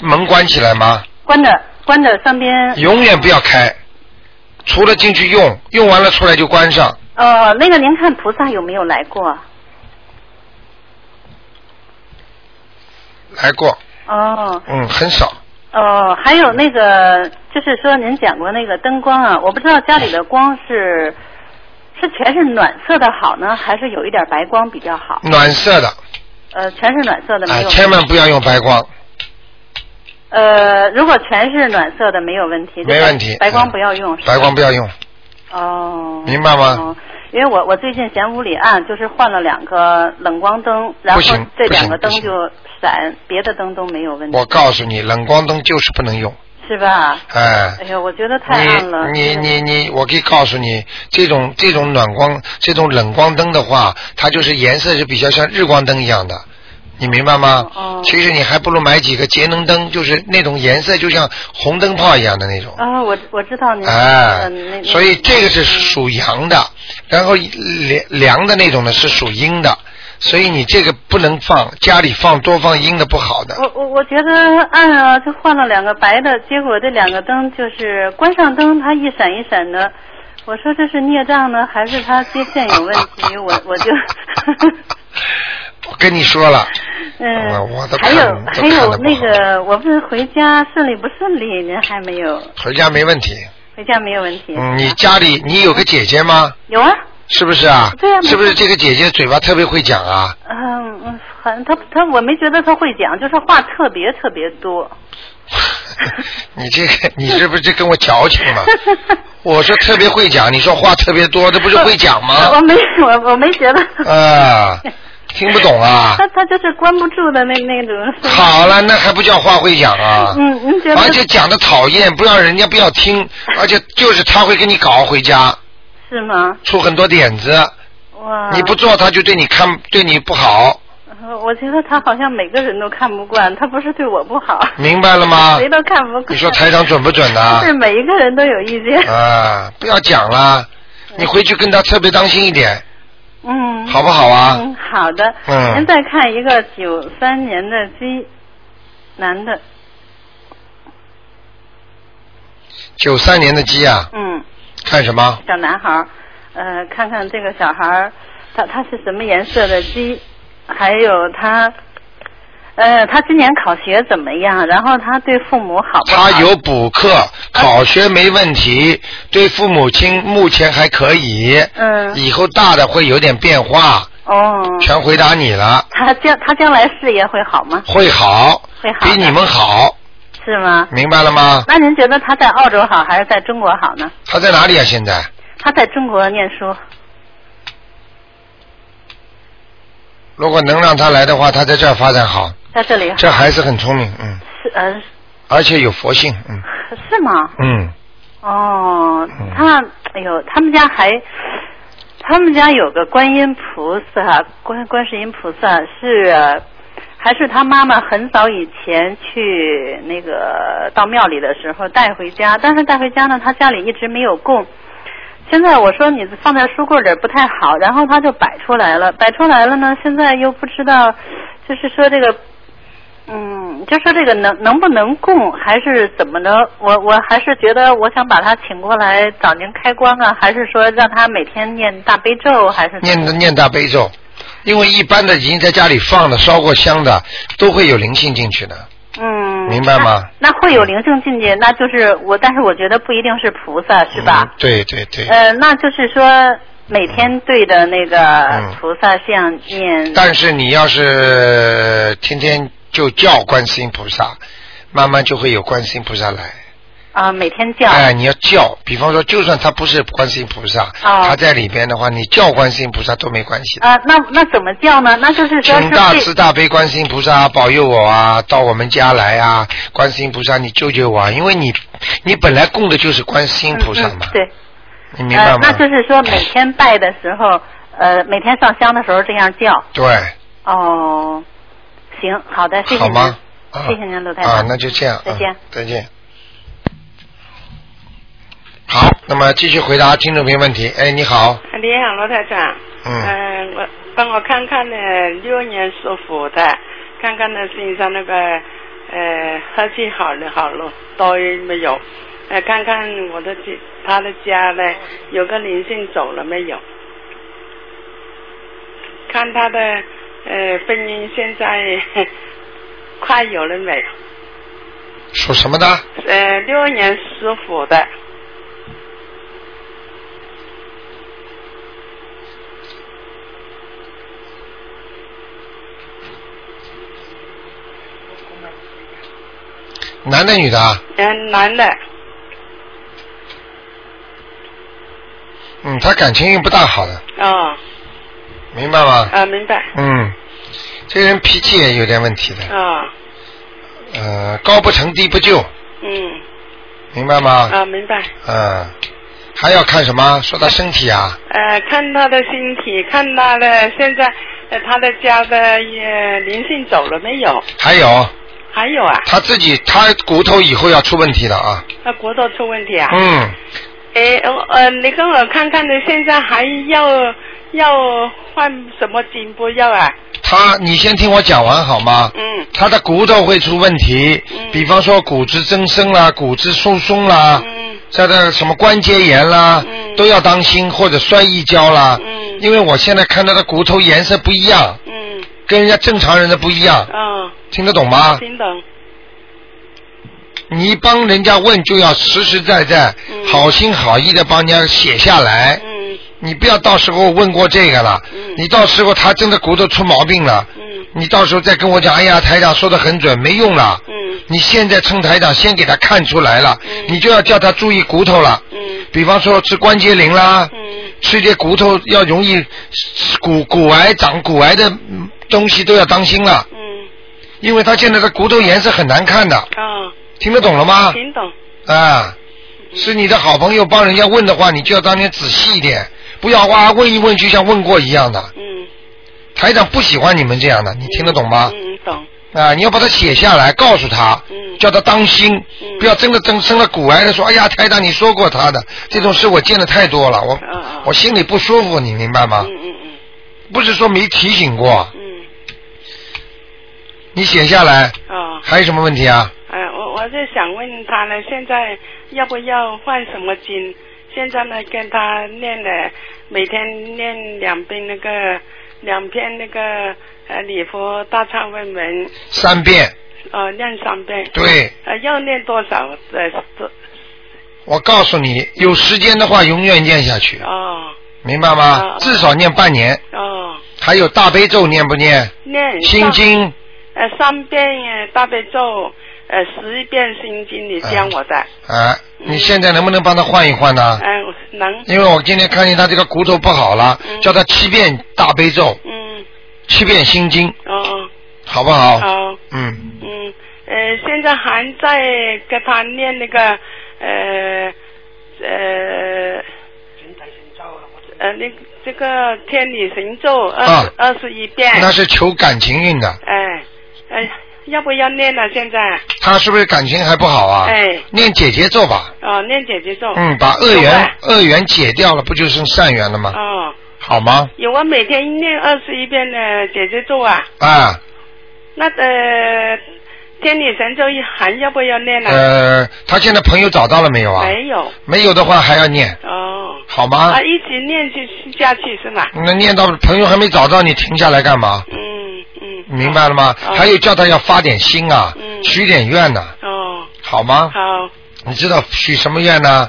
S1: 门关起来吗？
S5: 关着关着上边，
S1: 永远不要开，除了进去用，用完了出来就关上。
S5: 呃，那个您看菩萨有没有来过？
S1: 来过，
S5: 哦
S1: 嗯，很少。
S5: 哦，还有那个就是说您讲过那个灯光啊，我不知道家里的光是是全是暖色的好呢，还是有一点白光比较好？
S1: 暖色的，
S5: 呃，全是暖色的没
S1: 哎，
S5: 有。
S1: 千万不要用白光。
S5: 呃，如果全是暖色的没有问题，就
S1: 没
S5: 白
S1: 问题
S5: 白光
S1: 嗯
S5: 不要用，是吧
S1: 白光不要用，
S5: 哦，
S1: 明白吗
S5: 哦？因为我我最近嫌屋里暗，就是换了两个冷光灯，然
S1: 不
S5: 后
S1: 行
S5: 这两个
S1: 不
S5: 灯
S1: 行不行
S5: 就闪，别的灯都没有问题
S1: 我，告诉你，冷光灯就是不能用，
S5: 是吧？
S1: 哎。
S5: 哎呀，我觉得太暗了。
S1: 你
S5: 真的
S1: 你你你，我可以告诉你，这种这种暖光、这种冷光灯的话，它就是颜色是比较像日光灯一样的，你明白吗？
S5: 哦哦
S1: 其实你还不如买几个节能灯，就是那种颜色就像红灯泡一样的那种。
S5: 啊，我我知道您说
S1: 哎
S5: 的那，那
S1: 所以这个是
S5: 嗯
S1: 属阳的，然后凉凉的那种呢是属阴的，所以你这个不能放，家里放多放阴的不好的。
S5: 我我我觉得暗啊，就换了两个白的，结果这两个灯就是关上灯，它一闪一闪的。我说这是孽障呢，还是它接线有问题？我我就，
S1: 我跟你说了，
S5: 嗯，
S1: 我我都
S5: 还
S1: 看
S5: 有
S1: 都看
S5: 还
S1: 得不
S5: 有
S1: 好
S5: 那个，我问回家顺利不顺利？您还没有
S1: 回家没问题。
S5: 回家没有问题？
S1: 嗯，你家里你有个姐姐吗？
S5: 有啊，
S1: 是不是啊？
S5: 对啊没错
S1: 是不是这个姐姐嘴巴特别会讲 啊？
S5: 嗯嗯，好像他他我没觉得他会讲，就是话特别特别多。
S1: 你这个你是不是跟我矫情嘛？我说特别会讲，你说话特别多，这不是会讲
S5: 我
S1: 吗？
S5: 没我我没觉得。
S1: 啊，听不懂啊？
S5: 他他就是关不住的那那种。
S1: 好了，那还不叫话会讲啊？
S5: 嗯，您觉得？
S1: 而且讲的讨厌，不让人家不要听，而且就是他会给你搞回家，
S5: 是吗？
S1: 出很多点子，
S5: 哇！
S1: 你不做他就对你看对你不好，
S5: 呃，我觉得他好像每个人都看不惯，他不是对我不好，
S1: 明白了吗？
S5: 谁都看不惯。
S1: 嗯啊你说台长准不准呢、
S5: 是每一个人都有意见。
S1: 啊，不要讲了，你回去跟他特别当心一点，
S5: 嗯。
S1: 好不好啊？
S5: 嗯，好的。
S1: 嗯
S5: 您再看一个九三年的鸡，男的，
S1: 九三年的鸡啊，
S5: 嗯，
S1: 看什么？
S5: 小男孩儿，呃，看看这个小孩儿，他他是什么颜色的鸡，还有他。呃，他今年考学怎么样？然后他对父母好不好？
S1: 他有补课，考学没问题，对父母亲目前还可以，
S5: 嗯
S1: 以后大的会有点变化，
S5: 哦，
S1: 全回答你了，
S5: 他将他将来事业会好吗？
S1: 会好，
S5: 会好的
S1: 比你们好，
S5: 是吗？
S1: 明白了吗？
S5: 那您觉得他在澳洲好还是在中国好呢？
S1: 他在哪里啊？现在
S5: 他在中国念书，
S1: 如果能让他来的话，他在这儿发展好，
S5: 在这里
S1: 这孩子很聪明，嗯，
S5: 是呃
S1: 而且有佛性，嗯
S5: 是吗？
S1: 嗯，
S5: 哦
S1: 嗯，
S5: 他哎呦，他们家还他们家有个观音菩萨，观观世音菩萨是呃还是他妈妈很早以前去那个到庙里的时候带回家，但是带回家呢，他家里一直没有供。现在我说你放在书柜里不太好，然后他就摆出来了，摆出来了呢，现在又不知道，就是说这个，嗯，就说这个能能不能供，还是怎么着？我我还是觉得我想把他请过来找您开光啊，还是说让他每天念大悲咒，还是
S1: 念念大悲咒，因为一般的已经在家里放的、烧过香的，都会有灵性进去的。
S5: 嗯，
S1: 明白吗
S5: 那？那会有灵性境界，那就是我，但是我觉得不一定是菩萨，是吧？
S1: 嗯对对对。
S5: 呃，那就是说每天对着那
S1: 嗯
S5: 个菩萨像念，
S1: 但是你要是天天就叫观世音菩萨，慢慢就会有观世音菩萨来。
S5: 啊、每天叫，
S1: 哎，你要叫，比方说，就算他不是观世音菩萨，
S5: 哦
S1: 他在里边的话，你叫观世音菩萨都没关系的。
S5: 啊、那那怎么叫呢？那就是说
S1: 请大
S5: 是
S1: 慈大悲观世音菩萨保佑我啊，到我们家来啊！观世音菩萨，你救救我啊！因为你，你本来供的就是观世音菩萨嘛，
S5: 嗯嗯、对，
S1: 你明白吗？
S5: 呃？那就是说每天拜的时候，呃，每天上香的时候这样叫。
S1: 对，
S5: 哦，行，好的，谢谢
S1: 好
S5: 您。
S1: 吗？啊
S5: 谢谢您卢台长
S1: 啊，那就这样。
S5: 再见
S1: 嗯再见。好，那么继续回答听众朋友问题。哎，你好，
S6: 啊你好，罗台长。
S1: 嗯
S6: 嗯、我帮我看看呢，六年属虎的，看看呢身上那个呃黑气好了好了多没有？呃，看看我的家他的家呢有个灵性走了没有？看他的呃婚姻现在呃快有了没有？
S1: 属什么的？
S6: 呃，六年属虎的，
S1: 男的女
S6: 呃
S1: 的啊？
S6: 嗯、男的，
S1: 嗯，他感情运不大好的，
S6: 哦，
S1: 明白吗？
S6: 啊，明白。
S1: 嗯，这个人脾气也有点问题的，
S6: 啊，
S1: 呃，高不成低不就，
S6: 嗯，
S1: 明白吗？
S6: 啊，明白。
S1: 嗯，还要看什么？说他身体啊，
S6: 呃，看他的身体，看他的现在，呃，他的家的呃灵性走了没有？
S1: 还有
S6: 还有啊，
S1: 他自己，他骨头以后要出问题了啊。
S6: 那骨头出问题啊？
S1: 嗯，
S6: 哎、呃，呃，你跟我看看你现在还要要换什么进步药啊？
S1: 他，你先听我讲完好吗？
S6: 嗯
S1: 他的骨头会出问题，
S6: 嗯
S1: 比方说骨质增生啦、骨质疏松啦，
S6: 嗯
S1: 这的什么关节炎啦，
S6: 嗯
S1: 都要当心，或者摔一跤啦。
S6: 嗯
S1: 因为我现在看他的骨头颜色不一样，
S6: 嗯
S1: 跟人家正常人的不一样，
S6: 嗯，
S1: 听得懂吗？
S6: 听懂？
S1: 你帮人家问就要实实在在、
S6: 嗯
S1: 好心好意的帮人家写下来，
S6: 嗯
S1: 你不要到时候问过这个了，
S6: 嗯
S1: 你到时候他真的骨头出毛病了，
S6: 嗯
S1: 你到时候再跟我讲，哎呀，台长说的很准，没用了。
S6: 嗯
S1: 你现在趁台长先给他看出来了，
S6: 嗯
S1: 你就要叫他注意骨头了。
S6: 嗯
S1: 比方说吃关节灵啦，
S6: 嗯
S1: 吃点骨头要容易骨骨癌长骨癌的嗯东西都要当心了，
S6: 嗯，
S1: 因为他现在的骨头颜色很难看的，
S6: 哦，
S1: 听得懂了吗？
S6: 听懂？
S1: 啊，是你的好朋友帮人家问的话，你就要当天仔细一点，不要哇问一问就像问过一样的。
S6: 嗯，
S1: 台长不喜欢你们这样的，你听得懂吗？
S6: 嗯，懂。
S1: 啊，你要把它写下来，告诉他，
S6: 嗯
S1: 叫他当心，
S6: 嗯
S1: 不要真的真生了骨癌了，说哎呀，台长你说过他的这种事我见的太多了，我、
S6: 嗯嗯
S1: 我心里不舒服，你明白吗？
S6: 嗯嗯
S1: 不是说没提醒过，
S6: 嗯
S1: 你写下来，
S6: 嗯，哦。
S1: 还有什么问题啊？
S6: 呃，我我是想问他呢，现在要不要换什么经？现在呢，跟他念了，每天念两遍那个两篇那个呃礼佛大忏悔文，
S1: 三遍，
S6: 呃，念三遍。
S1: 对
S6: 呃，要念多少？呃，多
S1: 我告诉你，有时间的话永远念下去，
S6: 哦
S1: 明白吗
S6: 嗯？嗯
S1: 至少念半年。
S6: 哦，
S1: 还有大悲咒念不念？
S6: 念
S1: 心
S6: 三
S1: 经，
S6: 呃三遍呃大悲咒，呃十遍心经，你教我的，
S1: 啊，你现在能不能帮他换一换呢？
S6: 嗯、我能，
S1: 因为我今天看见他这个骨头不好了，
S6: 嗯
S1: 叫他七遍大悲咒，
S6: 嗯，
S1: 七遍心经，
S6: 哦，
S1: 好不好？
S6: 好。
S1: 嗯，
S6: 嗯，呃，现在还在跟他念那个呃呃呃那这个天女神咒二十
S1: 啊
S6: 二十一遍，
S1: 那是求感情运的，
S6: 哎哎，要不要念了？现在
S1: 他是不是感情还不好啊？
S6: 哎
S1: 念姐姐咒吧，
S6: 哦，念姐姐咒。
S1: 嗯，把恶缘恶缘解掉了，不就剩善缘了吗？
S6: 哦，
S1: 好吗？
S6: 有啊，每天念二十一遍的姐姐咒啊。
S1: 啊，
S6: 那呃，天女神咒还要不要念了？
S1: 呃，他现在朋友找到了没有啊？
S6: 没有。
S1: 没有的话还要念，
S6: 哦。
S1: 好吗
S6: 啊，？一直念去下去是吗？
S1: 那念到朋友还没找到，你停下来干嘛？
S6: 嗯嗯，
S1: 明白了吗？
S6: 哦
S1: 还有叫他要发点心啊，
S6: 嗯
S1: 许点愿呐、
S6: 哦，
S1: 好吗？
S6: 好，
S1: 你知道许什么愿呢？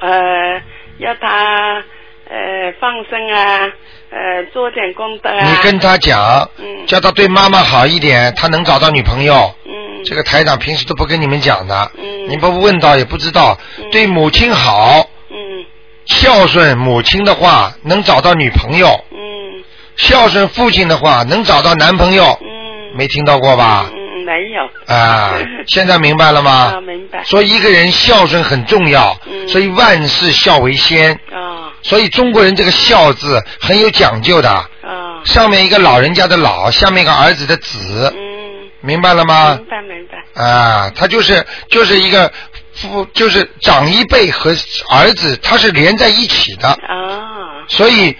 S6: 呃，要他呃放生啊，呃做点功德啊。
S1: 你跟他讲，
S6: 嗯
S1: 叫他对妈妈好一点，他能找到女朋友。
S6: 嗯
S1: 这个台长平时都不跟你们讲的，
S6: 嗯
S1: 你不问到也不知道。
S6: 嗯
S1: 对母亲好，
S6: 嗯
S1: 孝顺母亲的话能找到女朋友，
S6: 嗯
S1: 孝顺父亲的话能找到男朋友。
S6: 嗯
S1: 没听到过吧？
S6: 嗯没有
S1: 啊，现在明白了吗
S6: 啊，？明白
S1: 所以一个人孝顺很重要，
S6: 嗯
S1: 所以万事孝为先。
S6: 哦
S1: 所以中国人这个孝字很有讲究的，
S6: 哦
S1: 上面一个老人家的老，下面一个儿子的子，
S6: 嗯
S1: 明白了吗
S6: 明？白明白
S1: 啊，他就是就是一个父，就是长一辈和儿子，他是连在一起的，
S6: 哦
S1: 所以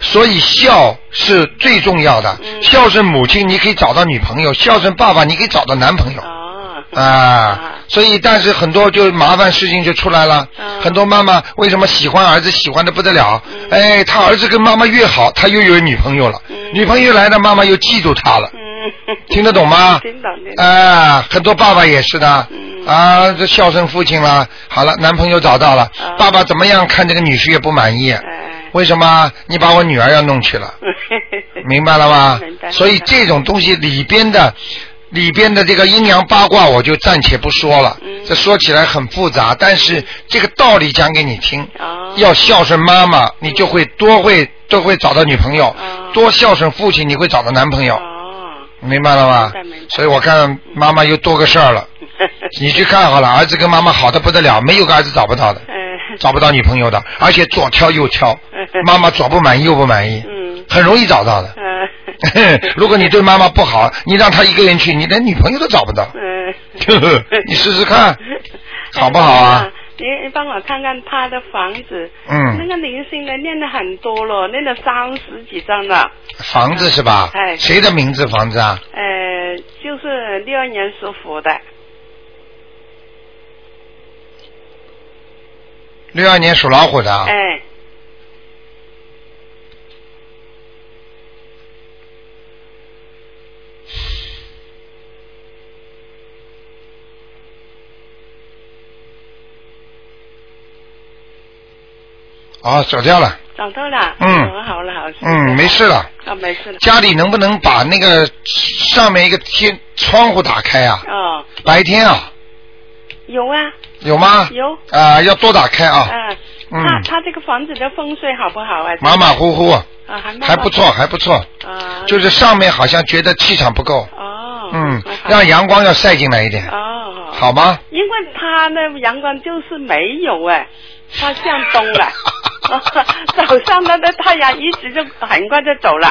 S1: 所以孝是最重要的。
S6: 嗯
S1: 孝顺母亲，你可以找到女朋友；孝顺爸爸，你可以找到男朋友。
S6: 哦
S1: 啊，所以但是很多就麻烦事情就出来了。
S6: 嗯
S1: 很多妈妈为什么喜欢儿子喜欢的不得了？哎，他儿子跟妈妈越好，他又有女朋友了。
S6: 嗯
S1: 女朋友来了，妈妈又记住他 了。
S6: 嗯
S1: 听得懂吗？
S6: 听懂听懂
S1: 啊，很多爸爸也是的。
S6: 嗯
S1: 啊，这孝顺父亲了，好了，男朋友找到了，
S6: 啊
S1: 爸爸怎么样看这个女婿也不满意。
S6: 哎
S1: 为什么你把我女儿要弄去 了？明白了吗
S6: 明白？
S1: 所以这种东西里边的。里边的这个阴阳八卦，我就暂且不说了
S6: 嗯。
S1: 这说起来很复杂，但是这个道道理讲给你听。
S6: 哦
S1: 要孝顺妈妈，你就会多会都会找到女朋友；
S6: 哦
S1: 多孝顺父亲，你会找到男朋友。
S6: 哦，
S1: 明白了吧
S6: 明白明白？
S1: 所以我看妈妈又多个事儿 了。你去看好了，儿子跟妈妈好的不得了，没有个儿子找不到的，
S6: 嗯
S1: 找不到女朋友的，而且左挑右挑， 妈妈左不满意右不满意，
S6: 嗯
S1: 很容易找到 的。
S6: 嗯
S1: 如果你对妈妈不好，你让她一个人去，你连女朋友都找不 到。
S6: 嗯，
S1: 你试试看，好不好啊？
S6: 你你帮我看看他的房子，那
S1: 嗯，
S6: 个灵性的念的很多了，念了三十几张了，
S1: 房子是吧？
S6: 哎
S1: 谁的名字房子啊？
S6: 呃，就是六二年属虎的，
S1: 啊六二年属老虎的啊。
S6: 哎，
S1: 哦，走掉了。
S6: 找到了，
S1: 嗯
S6: 哦好了好了，
S1: 嗯，没事了。
S6: 啊，没事了，
S1: 家里能不能把那个上面一个天窗户打开啊？
S6: 哦，
S1: 白天啊，
S6: 有啊
S1: 有吗？
S6: 有，
S1: 啊、要多打开啊。
S6: 啊，
S1: 嗯
S6: 他他这个房子的风水好不好啊？
S1: 马马虎虎，
S6: 啊，还
S1: 还不错，还不错，
S6: 啊，
S1: 就是上面好像觉得气场不够，
S6: 哦，
S1: 嗯
S6: 那，好
S1: 让阳光要晒进来一点，
S6: 哦，
S1: 好 吗？
S6: 因为他的阳光就是没有哎，他向东 了。早上那个太阳一直就很快就 走了。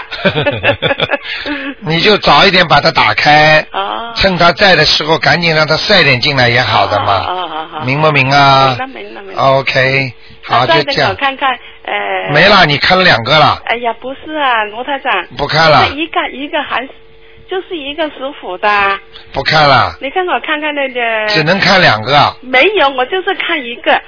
S1: 你就早一点把它打开，
S6: 哦，
S1: 趁它在的时候赶紧让它晒点进来也好的
S6: 哦
S1: 嘛，
S6: 好好，
S1: 明不明啊
S6: 明了明了明了。
S1: ？OK，好，
S6: 那
S1: 就
S6: 再
S1: 这
S6: 等我
S1: 样，
S6: 看看，呃，
S1: 没。了，你看了两个了，
S6: 哎呀，不是啊，罗台长，
S1: 不看了
S6: 这，一个一个还是就是一个属虎的，啊
S1: 不看了，
S6: 你看我看看那个。
S1: 只能看两个啊，
S6: 没有，我就是看一个，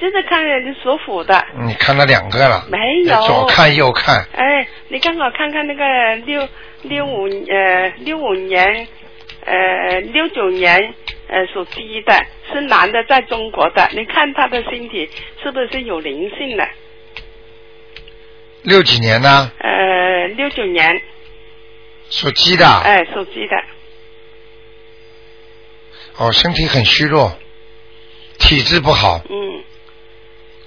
S6: 就是看属虎的。
S1: 嗯你看了两个了，
S6: 没有
S1: 左看右看，
S6: 哎，你刚好看看那个六六五呃六五年呃六九年呃属鸡的，是男的，在中国的，你看他的身体是不是有灵性的？
S1: 六几年呢？
S6: 呃，六九年，
S1: 属鸡的，
S6: 哎、属鸡的，
S1: 哦，身体很虚弱，体质不好
S6: 嗯，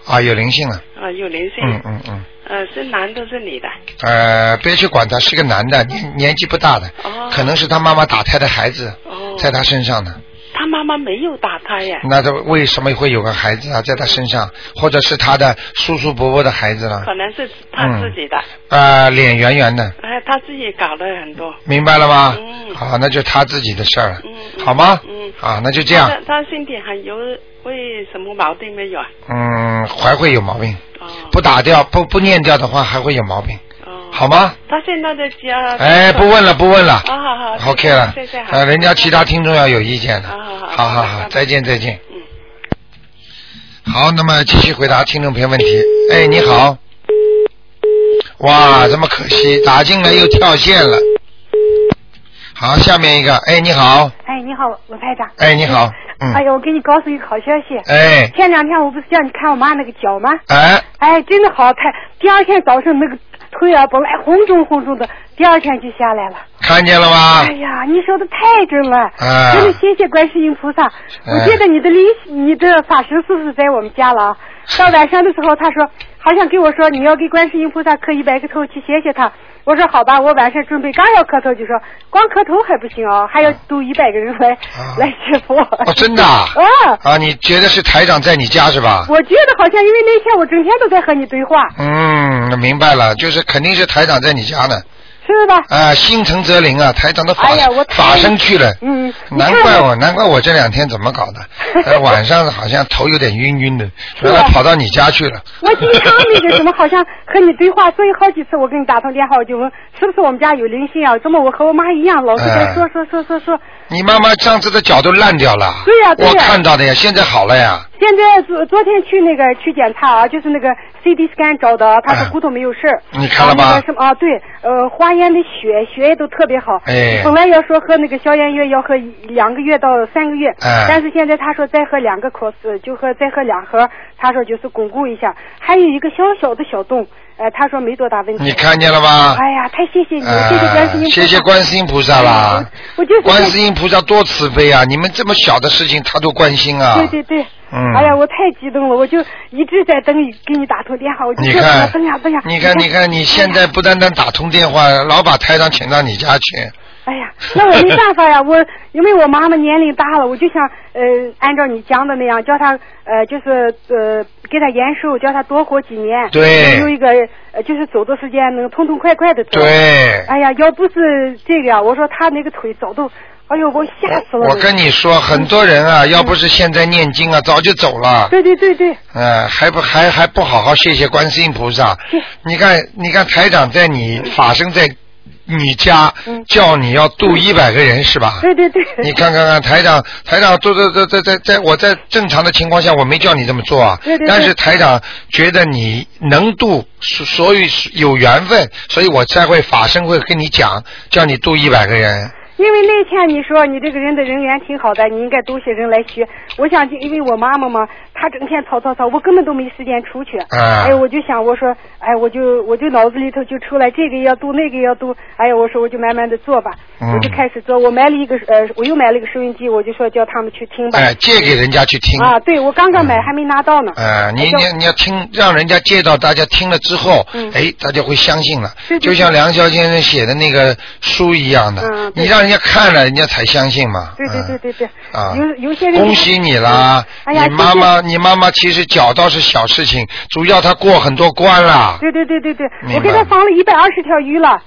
S1: 啊，有灵性了，
S6: 啊、有灵性，
S1: 嗯嗯嗯，
S6: 呃，是男的，是女的？
S1: 呃，别去管他，是个男的，年年纪不大的，
S6: 哦，
S1: 可能是他妈妈打胎的孩子
S6: 哦，
S1: 在他身上的，
S6: 他妈妈没有打胎呀、
S1: 那他为什么会有个孩子啊，在他身上，或者是他的叔叔伯伯的孩子了
S6: 可，能是他自己的，
S1: 啊，脸圆圆的，
S6: 哎、他自己搞了很多。
S1: 明白了吗？
S6: 嗯
S1: 好，那就他自己的事儿了
S6: 嗯，嗯
S1: 好吗？
S6: 嗯
S1: 啊，那就这样，
S6: 他他身体还有为什么毛病没有啊？
S1: 嗯，还会有毛病，
S6: 哦，
S1: 不打掉不不念掉的话还会有毛病，
S6: 哦，
S1: 好吗？
S6: 他现在的家
S1: 哎，不问了，不问了。
S6: 啊，好好谢谢
S1: OK 了
S6: 谢谢，好
S1: 呃，人家其他听众要有意见的，
S6: 好
S1: 好
S6: 好好
S1: 好
S6: 拜
S1: 好
S6: 拜，
S1: 再见再见。
S6: 嗯
S1: 好，那么继续回答听众朋友问题。哎，你好。哇，这么可惜，打进来又跳线了。好，下面一个，哎，你好，
S7: 哎，你好，罗排长。
S1: 哎，你好，
S7: 哎
S1: 嗯，
S7: 呦，我给你告诉一个好消息。
S1: 哎，
S7: 前两天我不是叫你看我妈那个脚吗？
S1: 哎，
S7: 哎，真的好看。第二天早上那个腿啊本来红肿红肿的，第二天就下来了。
S1: 看见了吗
S7: 哎？呀，你说的太准了，
S1: 哎
S7: 真的谢谢观世音菩萨。我觉得你的灵，你的法师是不是在我们家了啊？到晚上的时候，他说好像跟我说你要给观世音菩萨磕一百个头去谢谢他。我说好吧，我晚上准备刚要磕头就说光磕头还不行哦，还要度一百个人来、
S1: 啊
S7: 来谢佛。
S1: 哦，真的啊
S7: 啊，
S1: 啊，你觉得是台长在你家是吧？
S7: 我觉得好像因为那天我整天都在和你对话，
S1: 嗯，明白了，就是肯定是台长在你家呢。
S7: 是吧？
S1: 啊，心诚则灵啊！台长的法、
S7: 哎呀我太
S1: 法身去了，
S7: 嗯你
S1: 难
S7: 看
S1: 怪我难怪我这两天怎么搞 的，呃、晚上好像头有点晕晕的，原来跑到你家去了。
S7: 啊我经常那个什么，好像和你对话，所以好几次我跟你打通电话，我就问是不是我们家有灵性啊？怎么我和我妈一样，老是
S1: 哎
S7: 在说说说说说。
S1: 你妈妈上次的脚都烂掉了，
S7: 对呀对呀
S1: 我看到的呀，现在好了呀，
S7: 现在昨昨天去那个去检查啊，就是那个 CT scan 找的啊，他说
S1: 嗯
S7: 骨头没有事儿。
S1: 你看了吧
S7: 啊那个什么啊？对，呃，化验的血血液都特别好。
S1: 哎
S7: 本来要说喝那个消炎药要喝一两个月到三个月，
S1: 哎
S7: 但是现在他说再喝两个 cross，就喝再喝两盒，他说就是巩固一下，还有一个小小的小洞，呃，他说没多大问题。
S1: 你看见了吧？
S7: 哎呀，太谢谢你，
S1: 啊呃
S7: 谢谢观世音菩萨，
S1: 谢谢观世音菩萨啦
S7: 哎！我我就是
S1: 观世音菩萨多慈悲啊！你们这么小的事情他都关心啊！
S7: 对对对，
S1: 嗯
S7: 哎呀，我太激动了，我就一直在等你给你打通电话，我就
S1: 你
S7: 说等呀
S1: 看
S7: 等呀等呀，，
S1: 你看，你看，你现在不单单打通电话，老把台长请到你家去。
S7: 哎呀，那我没办法呀，我 因为我妈妈年龄大了，我就想呃，按照你讲的那样，叫她呃，就是呃，给她延寿，叫她多活几年，
S1: 对
S7: 有一个呃，就是走的时间能痛痛快快的走。
S1: 对
S7: 哎呀，要不是这个呀，我说她那个腿早都，哎呦，我吓死了。嗯
S1: 我跟你说，很多人啊，要不是现在念经啊，早就走了。
S7: 对对对对，
S1: 呃，还不还还不好好谢谢观世音菩萨。你看，你看台长在你法身在你家叫你要度一百个人是吧？
S7: 嗯对对对。
S1: 你看看看，台长，台长，做做做在在在我在正常的情况下，我没叫你这么做啊。
S7: 对对对
S1: 但是台长觉得你能度，所所以有缘分，所以我才会法身会跟你讲，叫你度一百个人。
S7: 因为那天你说你这个人的人缘挺好的，你应该多些人来学。我想就因为我妈妈嘛，她整天吵吵吵，我根本都没时间出去。
S1: 啊
S7: 哎，我就想我说，哎，我就我就脑子里头就出来这个也要读，那个也要读。哎呀，我说我就慢慢的做吧，
S1: 嗯
S7: 我就开始做。我买了一个呃，我又买了一个收音机，我就说叫他们去听吧。
S1: 哎，借给人家去听。嗯
S7: 啊，对，我刚刚买还没拿到呢。哎
S1: 啊，你
S7: 叫
S1: 你你要听，让人家借到，大家听了之后，
S7: 嗯
S1: 哎，大家会相信了
S7: 对。对
S1: 就像梁霄先生写的那个书一样的，
S7: 嗯对
S1: 你让人家看了，人家才相信嘛。
S7: 对对
S1: 嗯
S7: 对对对，
S1: 啊
S7: 有有些人
S1: 恭喜你啦！
S7: 哎呀
S1: 你妈妈，你妈妈其实脚倒是小事情，主要她过很多关啦。
S7: 对对 对对对
S1: 明，白
S7: 我给他放了一百二十条 鱼了。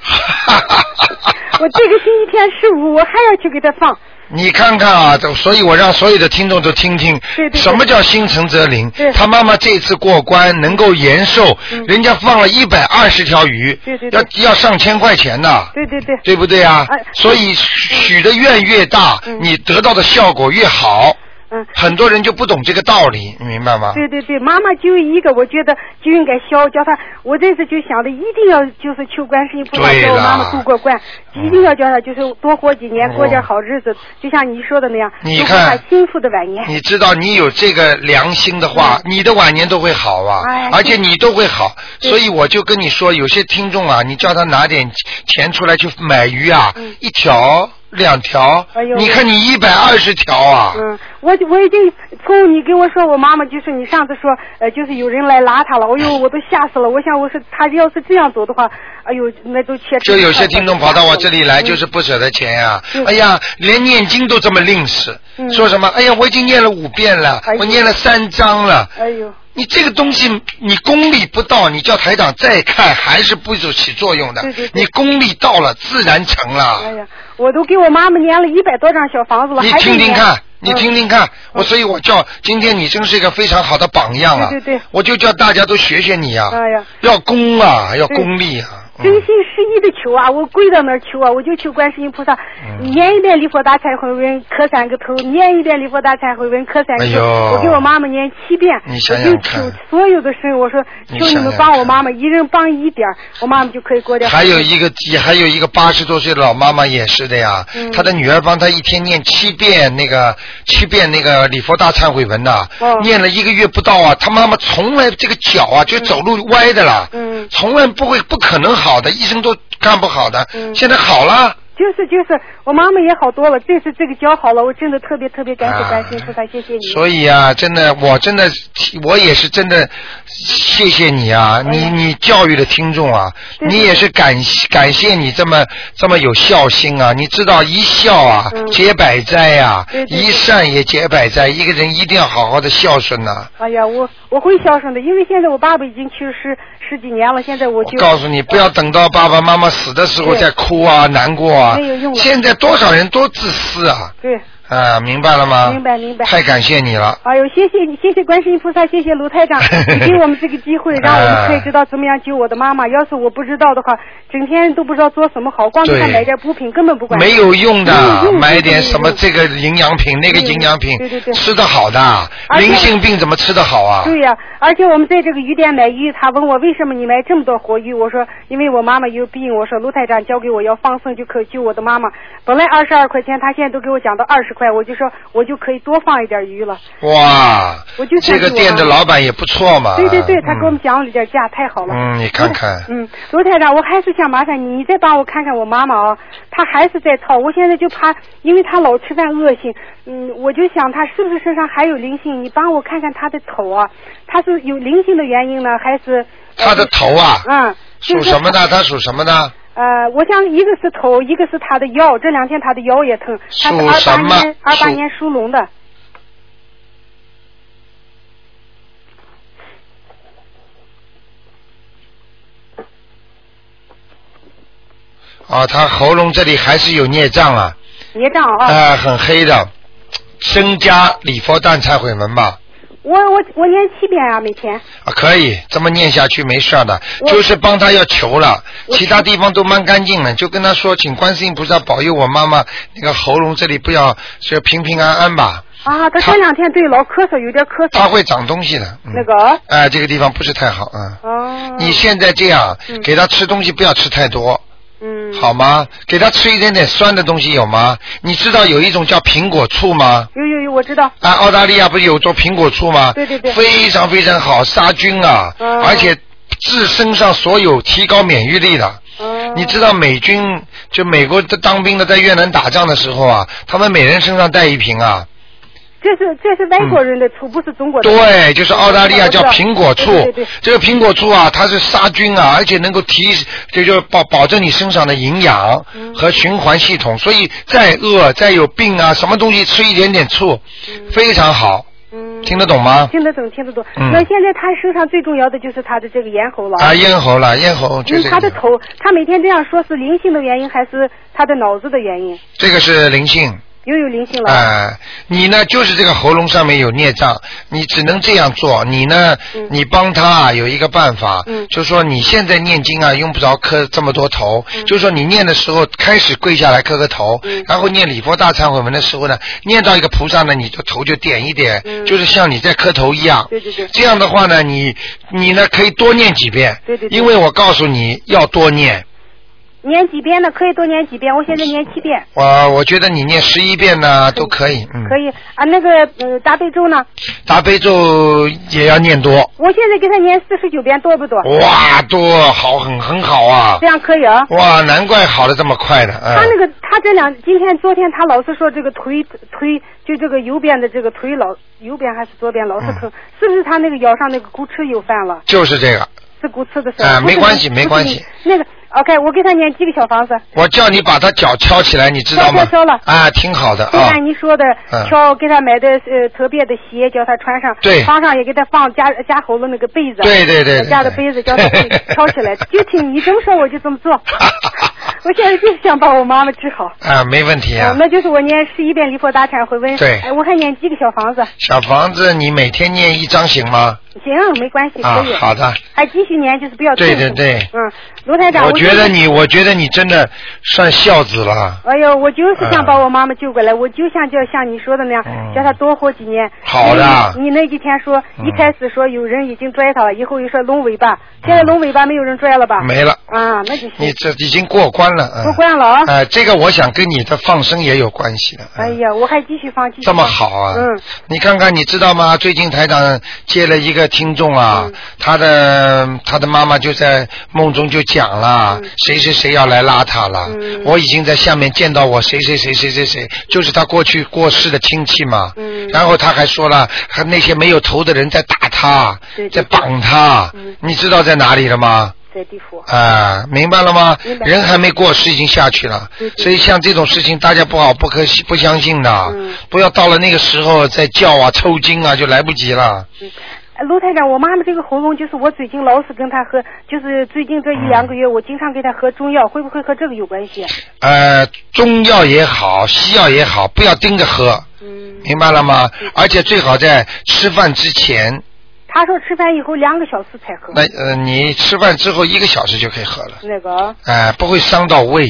S7: 我这个星期天十五，我还要去给他放。
S1: 你看看啊，都所以我让所有的听众都听听，
S7: 对对对
S1: 什么叫心诚则灵
S7: 对。嗯
S1: 她妈妈这次过关能够延寿，人家放了一百二十条鱼，
S7: 对对对
S1: 要要上千块钱呢。
S7: 对对对，
S1: 对不对啊
S7: 哎？
S1: 所以许的愿越大，你得到的效果越好。
S7: 嗯，
S1: 很多人就不懂这个道理，你明白吗？
S7: 对对对，妈妈就一个，我觉得就应该消，叫她。我这次就想着一定要就是求观世音菩萨
S1: 对
S7: 给我妈
S1: 啦嗯
S7: 妈渡过关，一定要叫她就是多活几年，
S1: 哦
S7: 过点好日子，就像你说的那样，
S1: 你
S7: 度过
S1: 看
S7: 她幸福的晚年。
S1: 你知道，你有这个良心的话，你的晚年都会好啊，
S7: 嗯哎
S1: 而且你都会好。所以我就跟你说，有些听众啊，你叫他拿点钱出来去买鱼啊，一条两条，
S7: 嗯哎呦
S1: 你看你一百二十条啊，
S7: 嗯，我就我已经从你跟我说，我妈妈就是你上次说，呃，就是有人来拉她了，哎呦，我都吓死了。我想我是她要是这样走的话，哎呦，那都切。
S1: 就有些听众跑到我这里
S7: 嗯
S1: 来，就是不舍得钱呀、哎呀，连念经都这么吝啬，
S7: 嗯
S1: 说什么？哎呀，我已经念了五遍了，
S7: 哎呦
S1: 我念了三章了。
S7: 哎呦，
S1: 你这个东西，你功力不到，你叫台长再看还是不起作用的。
S7: 对对对
S1: 你功力到了，自然成
S7: 哎
S1: 了。
S7: 呀，我都给我妈妈粘了一百多张小房子了，
S1: 你
S7: 还
S1: 听
S7: 得
S1: 听
S7: 粘
S1: 看，你
S7: 嗯
S1: 听听看，我所以我叫今天你真是一个非常好的榜样啊！
S7: 对对对
S1: 我就叫大家都学学你啊！
S7: 哎呀
S1: 要功啊，要功力啊！嗯
S7: 真心实意的求啊，我跪到那儿求啊，我就求观世音菩萨，
S1: 嗯
S7: 念一遍礼佛大忏悔文磕三个头，念一遍礼佛大忏悔文磕三个
S1: 哎
S7: 头。
S1: 呦
S7: 我给我妈妈念七遍，
S1: 你想
S7: 我
S1: 想
S7: 就
S1: 看
S7: 求所有的神，我说
S1: 你
S7: 求你
S1: 想
S7: 们
S1: 想
S7: 帮我
S1: 看
S7: 妈妈，一人帮一点儿，我妈妈就可以过掉。
S1: 还有一个，也还有一个八十多岁的老妈妈也是的呀，
S7: 嗯
S1: 她的女儿帮她一天念七遍那个七遍那个礼佛大忏悔文呐、
S7: 哦
S1: 念了一个月不到啊，她妈妈从来这个脚啊就走路歪的啦，
S7: 嗯
S1: 从来不会不可能好的，医生都看不好的，
S7: 嗯
S1: 现在好了，
S7: 就是就是，我妈妈也好多了，这次这个脚好了，我真的特别特别感谢观世音菩萨，谢谢你。
S1: 啊所以啊，真的，我真的，我也是真的，谢谢你啊，你你教育的听众啊，
S7: 对
S1: 你也是感谢感谢你这么这么有孝心啊，你知道一孝啊、
S7: 嗯
S1: 解百灾啊，
S7: 对对对
S1: 一善也解百灾，一个人一定要好好的孝顺呐、
S7: 哎呀，我我会孝顺的，因为现在我爸爸已经去世十几年了，现在我
S1: 我
S7: 就
S1: 告诉你，不要等到爸爸妈妈死的时候
S7: 对
S1: 再哭啊、难过啊
S7: 没有用。了
S1: 现在多少人多自私啊！
S7: 对，
S1: 啊，明白了吗？
S7: 明白明白
S1: 太感谢你了。
S7: 哎呦，谢谢你，谢谢观世音菩萨，谢谢 卢台长，你给我们这个机会，让我们可以知道怎么样救我的妈妈。要是我不知道的话，整天都不知道做什么好，光给她
S1: 对
S7: 买点补品根本不管。
S1: 没有用
S7: 没有
S1: 的，
S7: 用
S1: 买
S7: 真的
S1: 点
S7: 没
S1: 什么
S7: 用
S1: 这个营养品那个营养品
S7: 对对对，
S1: 吃的好的，
S7: 而且
S1: 灵性病怎么吃的好啊？
S7: 对呀、而且我们在这个鱼店买鱼，他问我为什么你买这么多活鱼，我说因为我妈妈有病，我说卢台长交给我要放生就可以救我的妈妈。本来二十二块钱，他现在都给我讲到二十块块，我就说我就可以多放一点鱼了。
S1: 哇，
S7: 我就
S1: 这个店的老板也不错嘛。
S7: 对对对，他给我们讲了点价，太好了。
S1: 啊嗯嗯，你看看，
S7: 嗯，罗台长，我还是想麻烦你，你再帮我看看我妈妈啊，她还是在操，我现在就怕，因为她老吃饭恶性，嗯，我就想她是不是身上还有灵性？你帮我看看她的头啊，她是有灵性的原因呢，还是？
S1: 他的头啊，
S7: 嗯，就
S1: 属
S7: 是
S1: 什么呢？他属什么呢？
S7: 呃，我想一个是头，一个是他的腰，这两天他的腰也疼。他是
S1: 属什
S7: 二
S1: 么
S7: 八年，二八
S1: 属
S7: 年属龙的。
S1: 啊，他喉咙这里还是有孽障啊，
S7: 孽障
S1: 啊、
S7: 啊！
S1: 很黑的。增加礼佛大忏悔文吧，
S7: 我我我念七遍啊，每天。
S1: 啊，可以这么念下去没事儿的，
S7: 我
S1: 就是帮他要求了，其他地方都蛮干净的，就跟他说，请观世音菩萨保佑我妈妈那个喉咙这里不要就平平安安吧，
S7: 啊，他
S1: 他
S7: 这两天对老咳嗽，有点咳嗽。
S1: 他会长东西的，嗯
S7: 那，个。
S1: 哎、这个地方不是太好啊。
S7: 哦。
S1: 你现在这样
S7: 嗯，
S1: 给他吃东西不要吃太多，
S7: 嗯。
S1: 好吗？给他吃一点点酸的东西有吗？你知道有一种叫苹果醋吗？
S7: 有有有，我知道。
S1: 啊，澳大利亚不是有做苹果醋吗？
S7: 对对对
S1: 非常非常好，杀菌啊，
S7: 嗯
S1: 而且治身上所有提高免疫力的。
S7: 嗯。
S1: 你知道美军就美国的当兵的在越南打仗的时候啊，他们每人身上带一瓶啊。
S7: 这是这是外国人的醋，不是中国
S1: 嗯
S7: 的。
S1: 对，就是澳大利亚
S7: 我知
S1: 叫
S7: 道
S1: 苹果醋
S7: 对对对。
S1: 这个苹果醋啊，它是杀菌啊，而且能够提，这就是保保证你身上的营养
S7: 嗯
S1: 和循环系统。所以再饿、再有病啊，什么东西吃一点点醋，非常好。
S7: 嗯。
S1: 听得懂吗？
S7: 听得懂，听得懂。
S1: 嗯
S7: 那现在他身上最重要的就是他的这个咽喉了。
S1: 啊，咽喉了，咽喉就
S7: 嗯，
S1: 这
S7: 他的
S1: 个，
S7: 头，他每天这样说是灵性的原因，还是他的脑子的原因？
S1: 这个是灵性。
S7: 又有灵性了。
S1: 哎、你呢就是这个喉咙上面有孽障，你只能这样做。你呢，
S7: 嗯
S1: 你帮他啊有一个办法，
S7: 嗯
S1: 就说你现在念经啊，用不着磕这么多头，
S7: 嗯
S1: 就说你念的时候开始跪下来磕个头，然后念礼佛大忏悔文的时候呢，念到一个菩萨呢，你的头就点一点，
S7: 嗯
S1: 就是像你在磕头一样。
S7: 对对对
S1: 这样的话呢，你你呢可以多念几遍，
S7: 对对对
S1: 因为我告诉你要多念。
S7: 念几遍呢？可以多念几遍，我现在念七遍，
S1: 我我觉得你念十一遍呢都可以，嗯，
S7: 可以啊。那个呃大悲咒呢？
S1: 大悲咒也要念多。
S7: 我现在给他念四十九遍，多不多？
S1: 哦哇，多好，很很好啊
S7: 这！样可以啊。
S1: 哇，难怪好的这么快的，
S7: 他那
S1: 嗯，
S7: 个，他这两今天、昨天，他老是说这个腿腿，就这个右边的这个腿老右边还是左边老
S1: 嗯
S7: 是疼，是不是他那个腰上那个骨刺又犯了？
S1: 就是这个。
S7: 是骨刺的事
S1: 啊
S7: 不是
S1: 没关系
S7: 不是
S1: 没关系啊
S7: 那个 OK，我给他念几个小房子，
S1: 我叫你把他脚敲起来，你知道吗
S7: 敲敲敲了？
S1: 啊，挺好的
S7: 就
S1: 啊。
S7: 按你说的
S1: 嗯，
S7: 挑给他买的呃特别的鞋，叫他穿上，
S1: 对
S7: 床上也给他放夹夹喉咙那个被子，
S1: 对对对对
S7: 夹的被子叫他去挑起 来，就听你这么说，我就这么做。我现在就是想把我妈妈治好。
S1: 啊，没问题
S7: 啊
S1: 啊，。
S7: 那就是我念十一遍离佛大忏悔文，
S1: 对
S7: 哎我还念几个小房子，
S1: 小房子，你每天念一张行吗？
S7: 行，没关系，
S1: 啊
S7: 可以，，
S1: 好的。
S7: 还继续念，就是不要
S1: 对
S7: 动
S1: 对对
S7: 嗯，卢台长，
S1: 我觉
S7: 就
S1: 得
S7: 是
S1: 你，我觉得你真的算孝子了。
S7: 哎呦，我就是想把
S1: 嗯
S7: 我妈妈救过来，我就想叫像你说的那样，
S1: 嗯
S7: 叫她多活几年。
S1: 好的
S7: 你你那几天说，
S1: 嗯
S7: 一开始说有人已经拽她了，以后又说龙尾巴，现在龙尾巴没有人拽了吧？
S1: 没了，
S7: 啊，那就行
S1: 你，这已经过关了。嗯
S7: 都关了啊。
S1: 啊，这个我想跟你的放生也有关系的。嗯
S7: 哎呀，我还继续放，继续
S1: 这么
S7: 放
S1: 好啊！
S7: 嗯，
S1: 你看看，你知道吗？最近台长接了一个听众啊，
S7: 嗯
S1: 他的他的妈妈就在梦中就讲了，谁谁谁要来拉他了。
S7: 嗯
S1: 我已经在下面见到我谁谁谁谁谁谁，就是他过去过世的亲戚嘛。
S7: 嗯
S1: 然后他还说了，还那些没有头的人在打他，
S7: 对
S1: 在
S7: 对
S1: 绑他、
S7: 嗯
S1: 你知道在哪里了吗？
S7: 在地府。
S1: 啊，明白了吗
S7: 明？白
S1: 人还没过世，已经下去了
S7: 对。对
S1: 所以像这种事情，大家不好不可不相信的
S7: 嗯，
S1: 不要到了那个时候再叫啊、抽筋啊，就来不及了。
S7: 哎卢台长，我妈妈这个喉咙就是我最近老是跟她喝，就是最近这一两个月，
S1: 嗯
S7: 我经常给她喝中药，会不会和这个有关系？
S1: 呃，中药也好，西药也好，不要盯着喝，
S7: 嗯，
S1: 明白了吗？而且最好在吃饭之前，
S7: 她说吃饭以后两个小时才喝
S1: 那呃，你吃饭之后一个小时就可以喝了，
S7: 那个。
S1: 哎、不会伤到胃。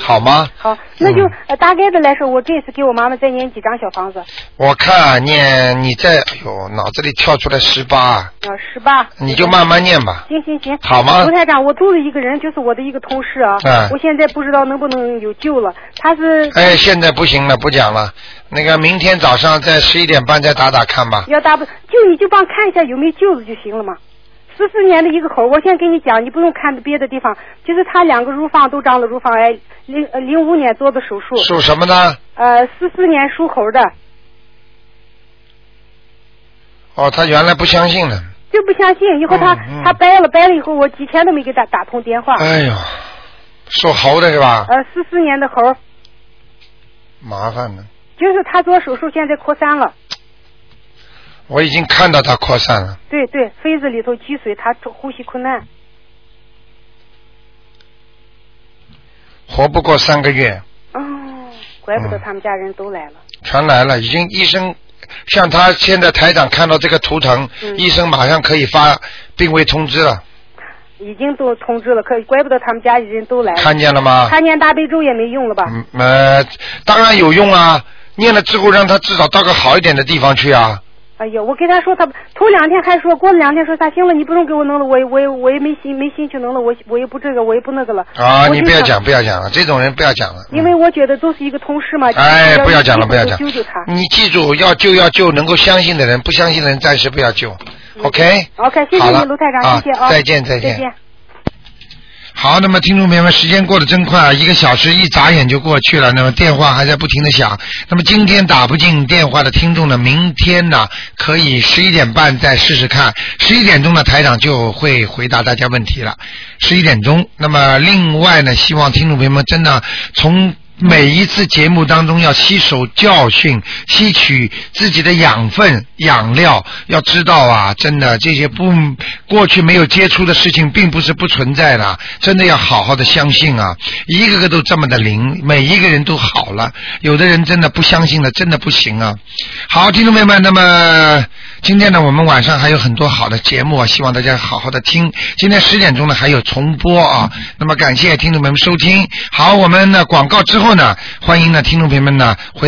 S1: 好吗？
S7: 嗯好，那
S1: 嗯
S7: 就、呃大概的来说，我这次给我妈妈再念几张小房子？
S1: 我看啊念你在，哎呦，脑子里跳出来十八，
S7: 呃，十八。
S1: 你就慢慢念吧。
S7: 行行行，
S1: 好吗
S7: 卢台长，我住的一个人就是我的一个同事啊，
S1: 嗯
S7: 我现在不知道能不能有救了。他是
S1: 哎，现在不行了，不讲了。那个明天早上在十一点半再打打看吧。
S7: 要大不就你就帮看一下有没有救了就行了嘛。十四年的一个猴，我先跟你讲，你不用看别的地方，就是他两个乳房都长了乳房癌，零零五年做的手术，
S1: 属什么呢？
S7: 呃，十四年属猴的，
S1: 哦，他原来不相信呢。
S7: 就不相信，以后他、他掰了掰了以后，我几天都没给他打通电话。
S1: 哎呦，属猴的是吧？
S7: 呃，四四年的猴，
S1: 麻烦了，
S7: 就是他做手术，现在扩散了，
S1: 我已经看到他扩散了。
S7: 对对，肺子里头积水，他呼吸困难。
S1: 活不过三个月，
S7: 哦，怪不得他们家人都来了。
S1: 全来了。已经医生，像他现在台长看到这个图腾，医生马上可以发病危通知了，
S7: 已经都通知了，可怪不得他们家里人都来了。
S1: 哎看见了吗？
S7: 他念大悲咒也没用了吧？
S1: 啊嗯呃，当然有用啊，念了之后让他至少到个好一点的地方去啊。
S7: 哎呦，我跟他说，他头两天还说，过了两天说他行了，你不用给我弄了，我也我也我也没心没心去弄了，我我也不这个，我也不那个了。
S1: 啊，
S7: 我
S1: 你
S7: 就
S1: 不要
S7: 想
S1: 讲，不要讲了，这种人不要讲了。
S7: 因为我觉得都是一个同事嘛。
S1: 哎，
S7: 就是
S1: 不要讲了，不要讲嗯
S7: 救救他。。
S1: 你记住，要救要救，能够相信的人，不相信的人暂时不要救。OK。
S7: 嗯 OK，谢
S1: 好
S7: 谢
S1: 了
S7: 你，卢台
S1: 啊
S7: 长，谢谢啊。
S1: 再见再见
S7: 再见。
S1: 好，那么听众朋友们，时间过得真快，啊一个小时一眨眼就过去了。那么电话还在不停的响。那么今天打不进电话的听众呢，明天呢可以十一点半再试试看，十一点钟呢台长就会回答大家问题了。十一点钟。那么另外呢，希望听众朋友们真的从。每一次节目当中要吸收教训，吸取自己的养分、养料。要知道啊，真的这些不过去没有接触的事情，并不是不存在的，真的要好好的相信啊。一个个都这么的灵，每一个人都好了。有的人真的不相信了，真的不行啊。好，听众朋友们，那么今天呢，我们晚上还有很多好的节目啊，希望大家好好的听。今天十点钟呢还有重播啊，那么感谢听众朋友们收听。好，我们呢广告之后呢，欢迎呢听众朋友们呢回。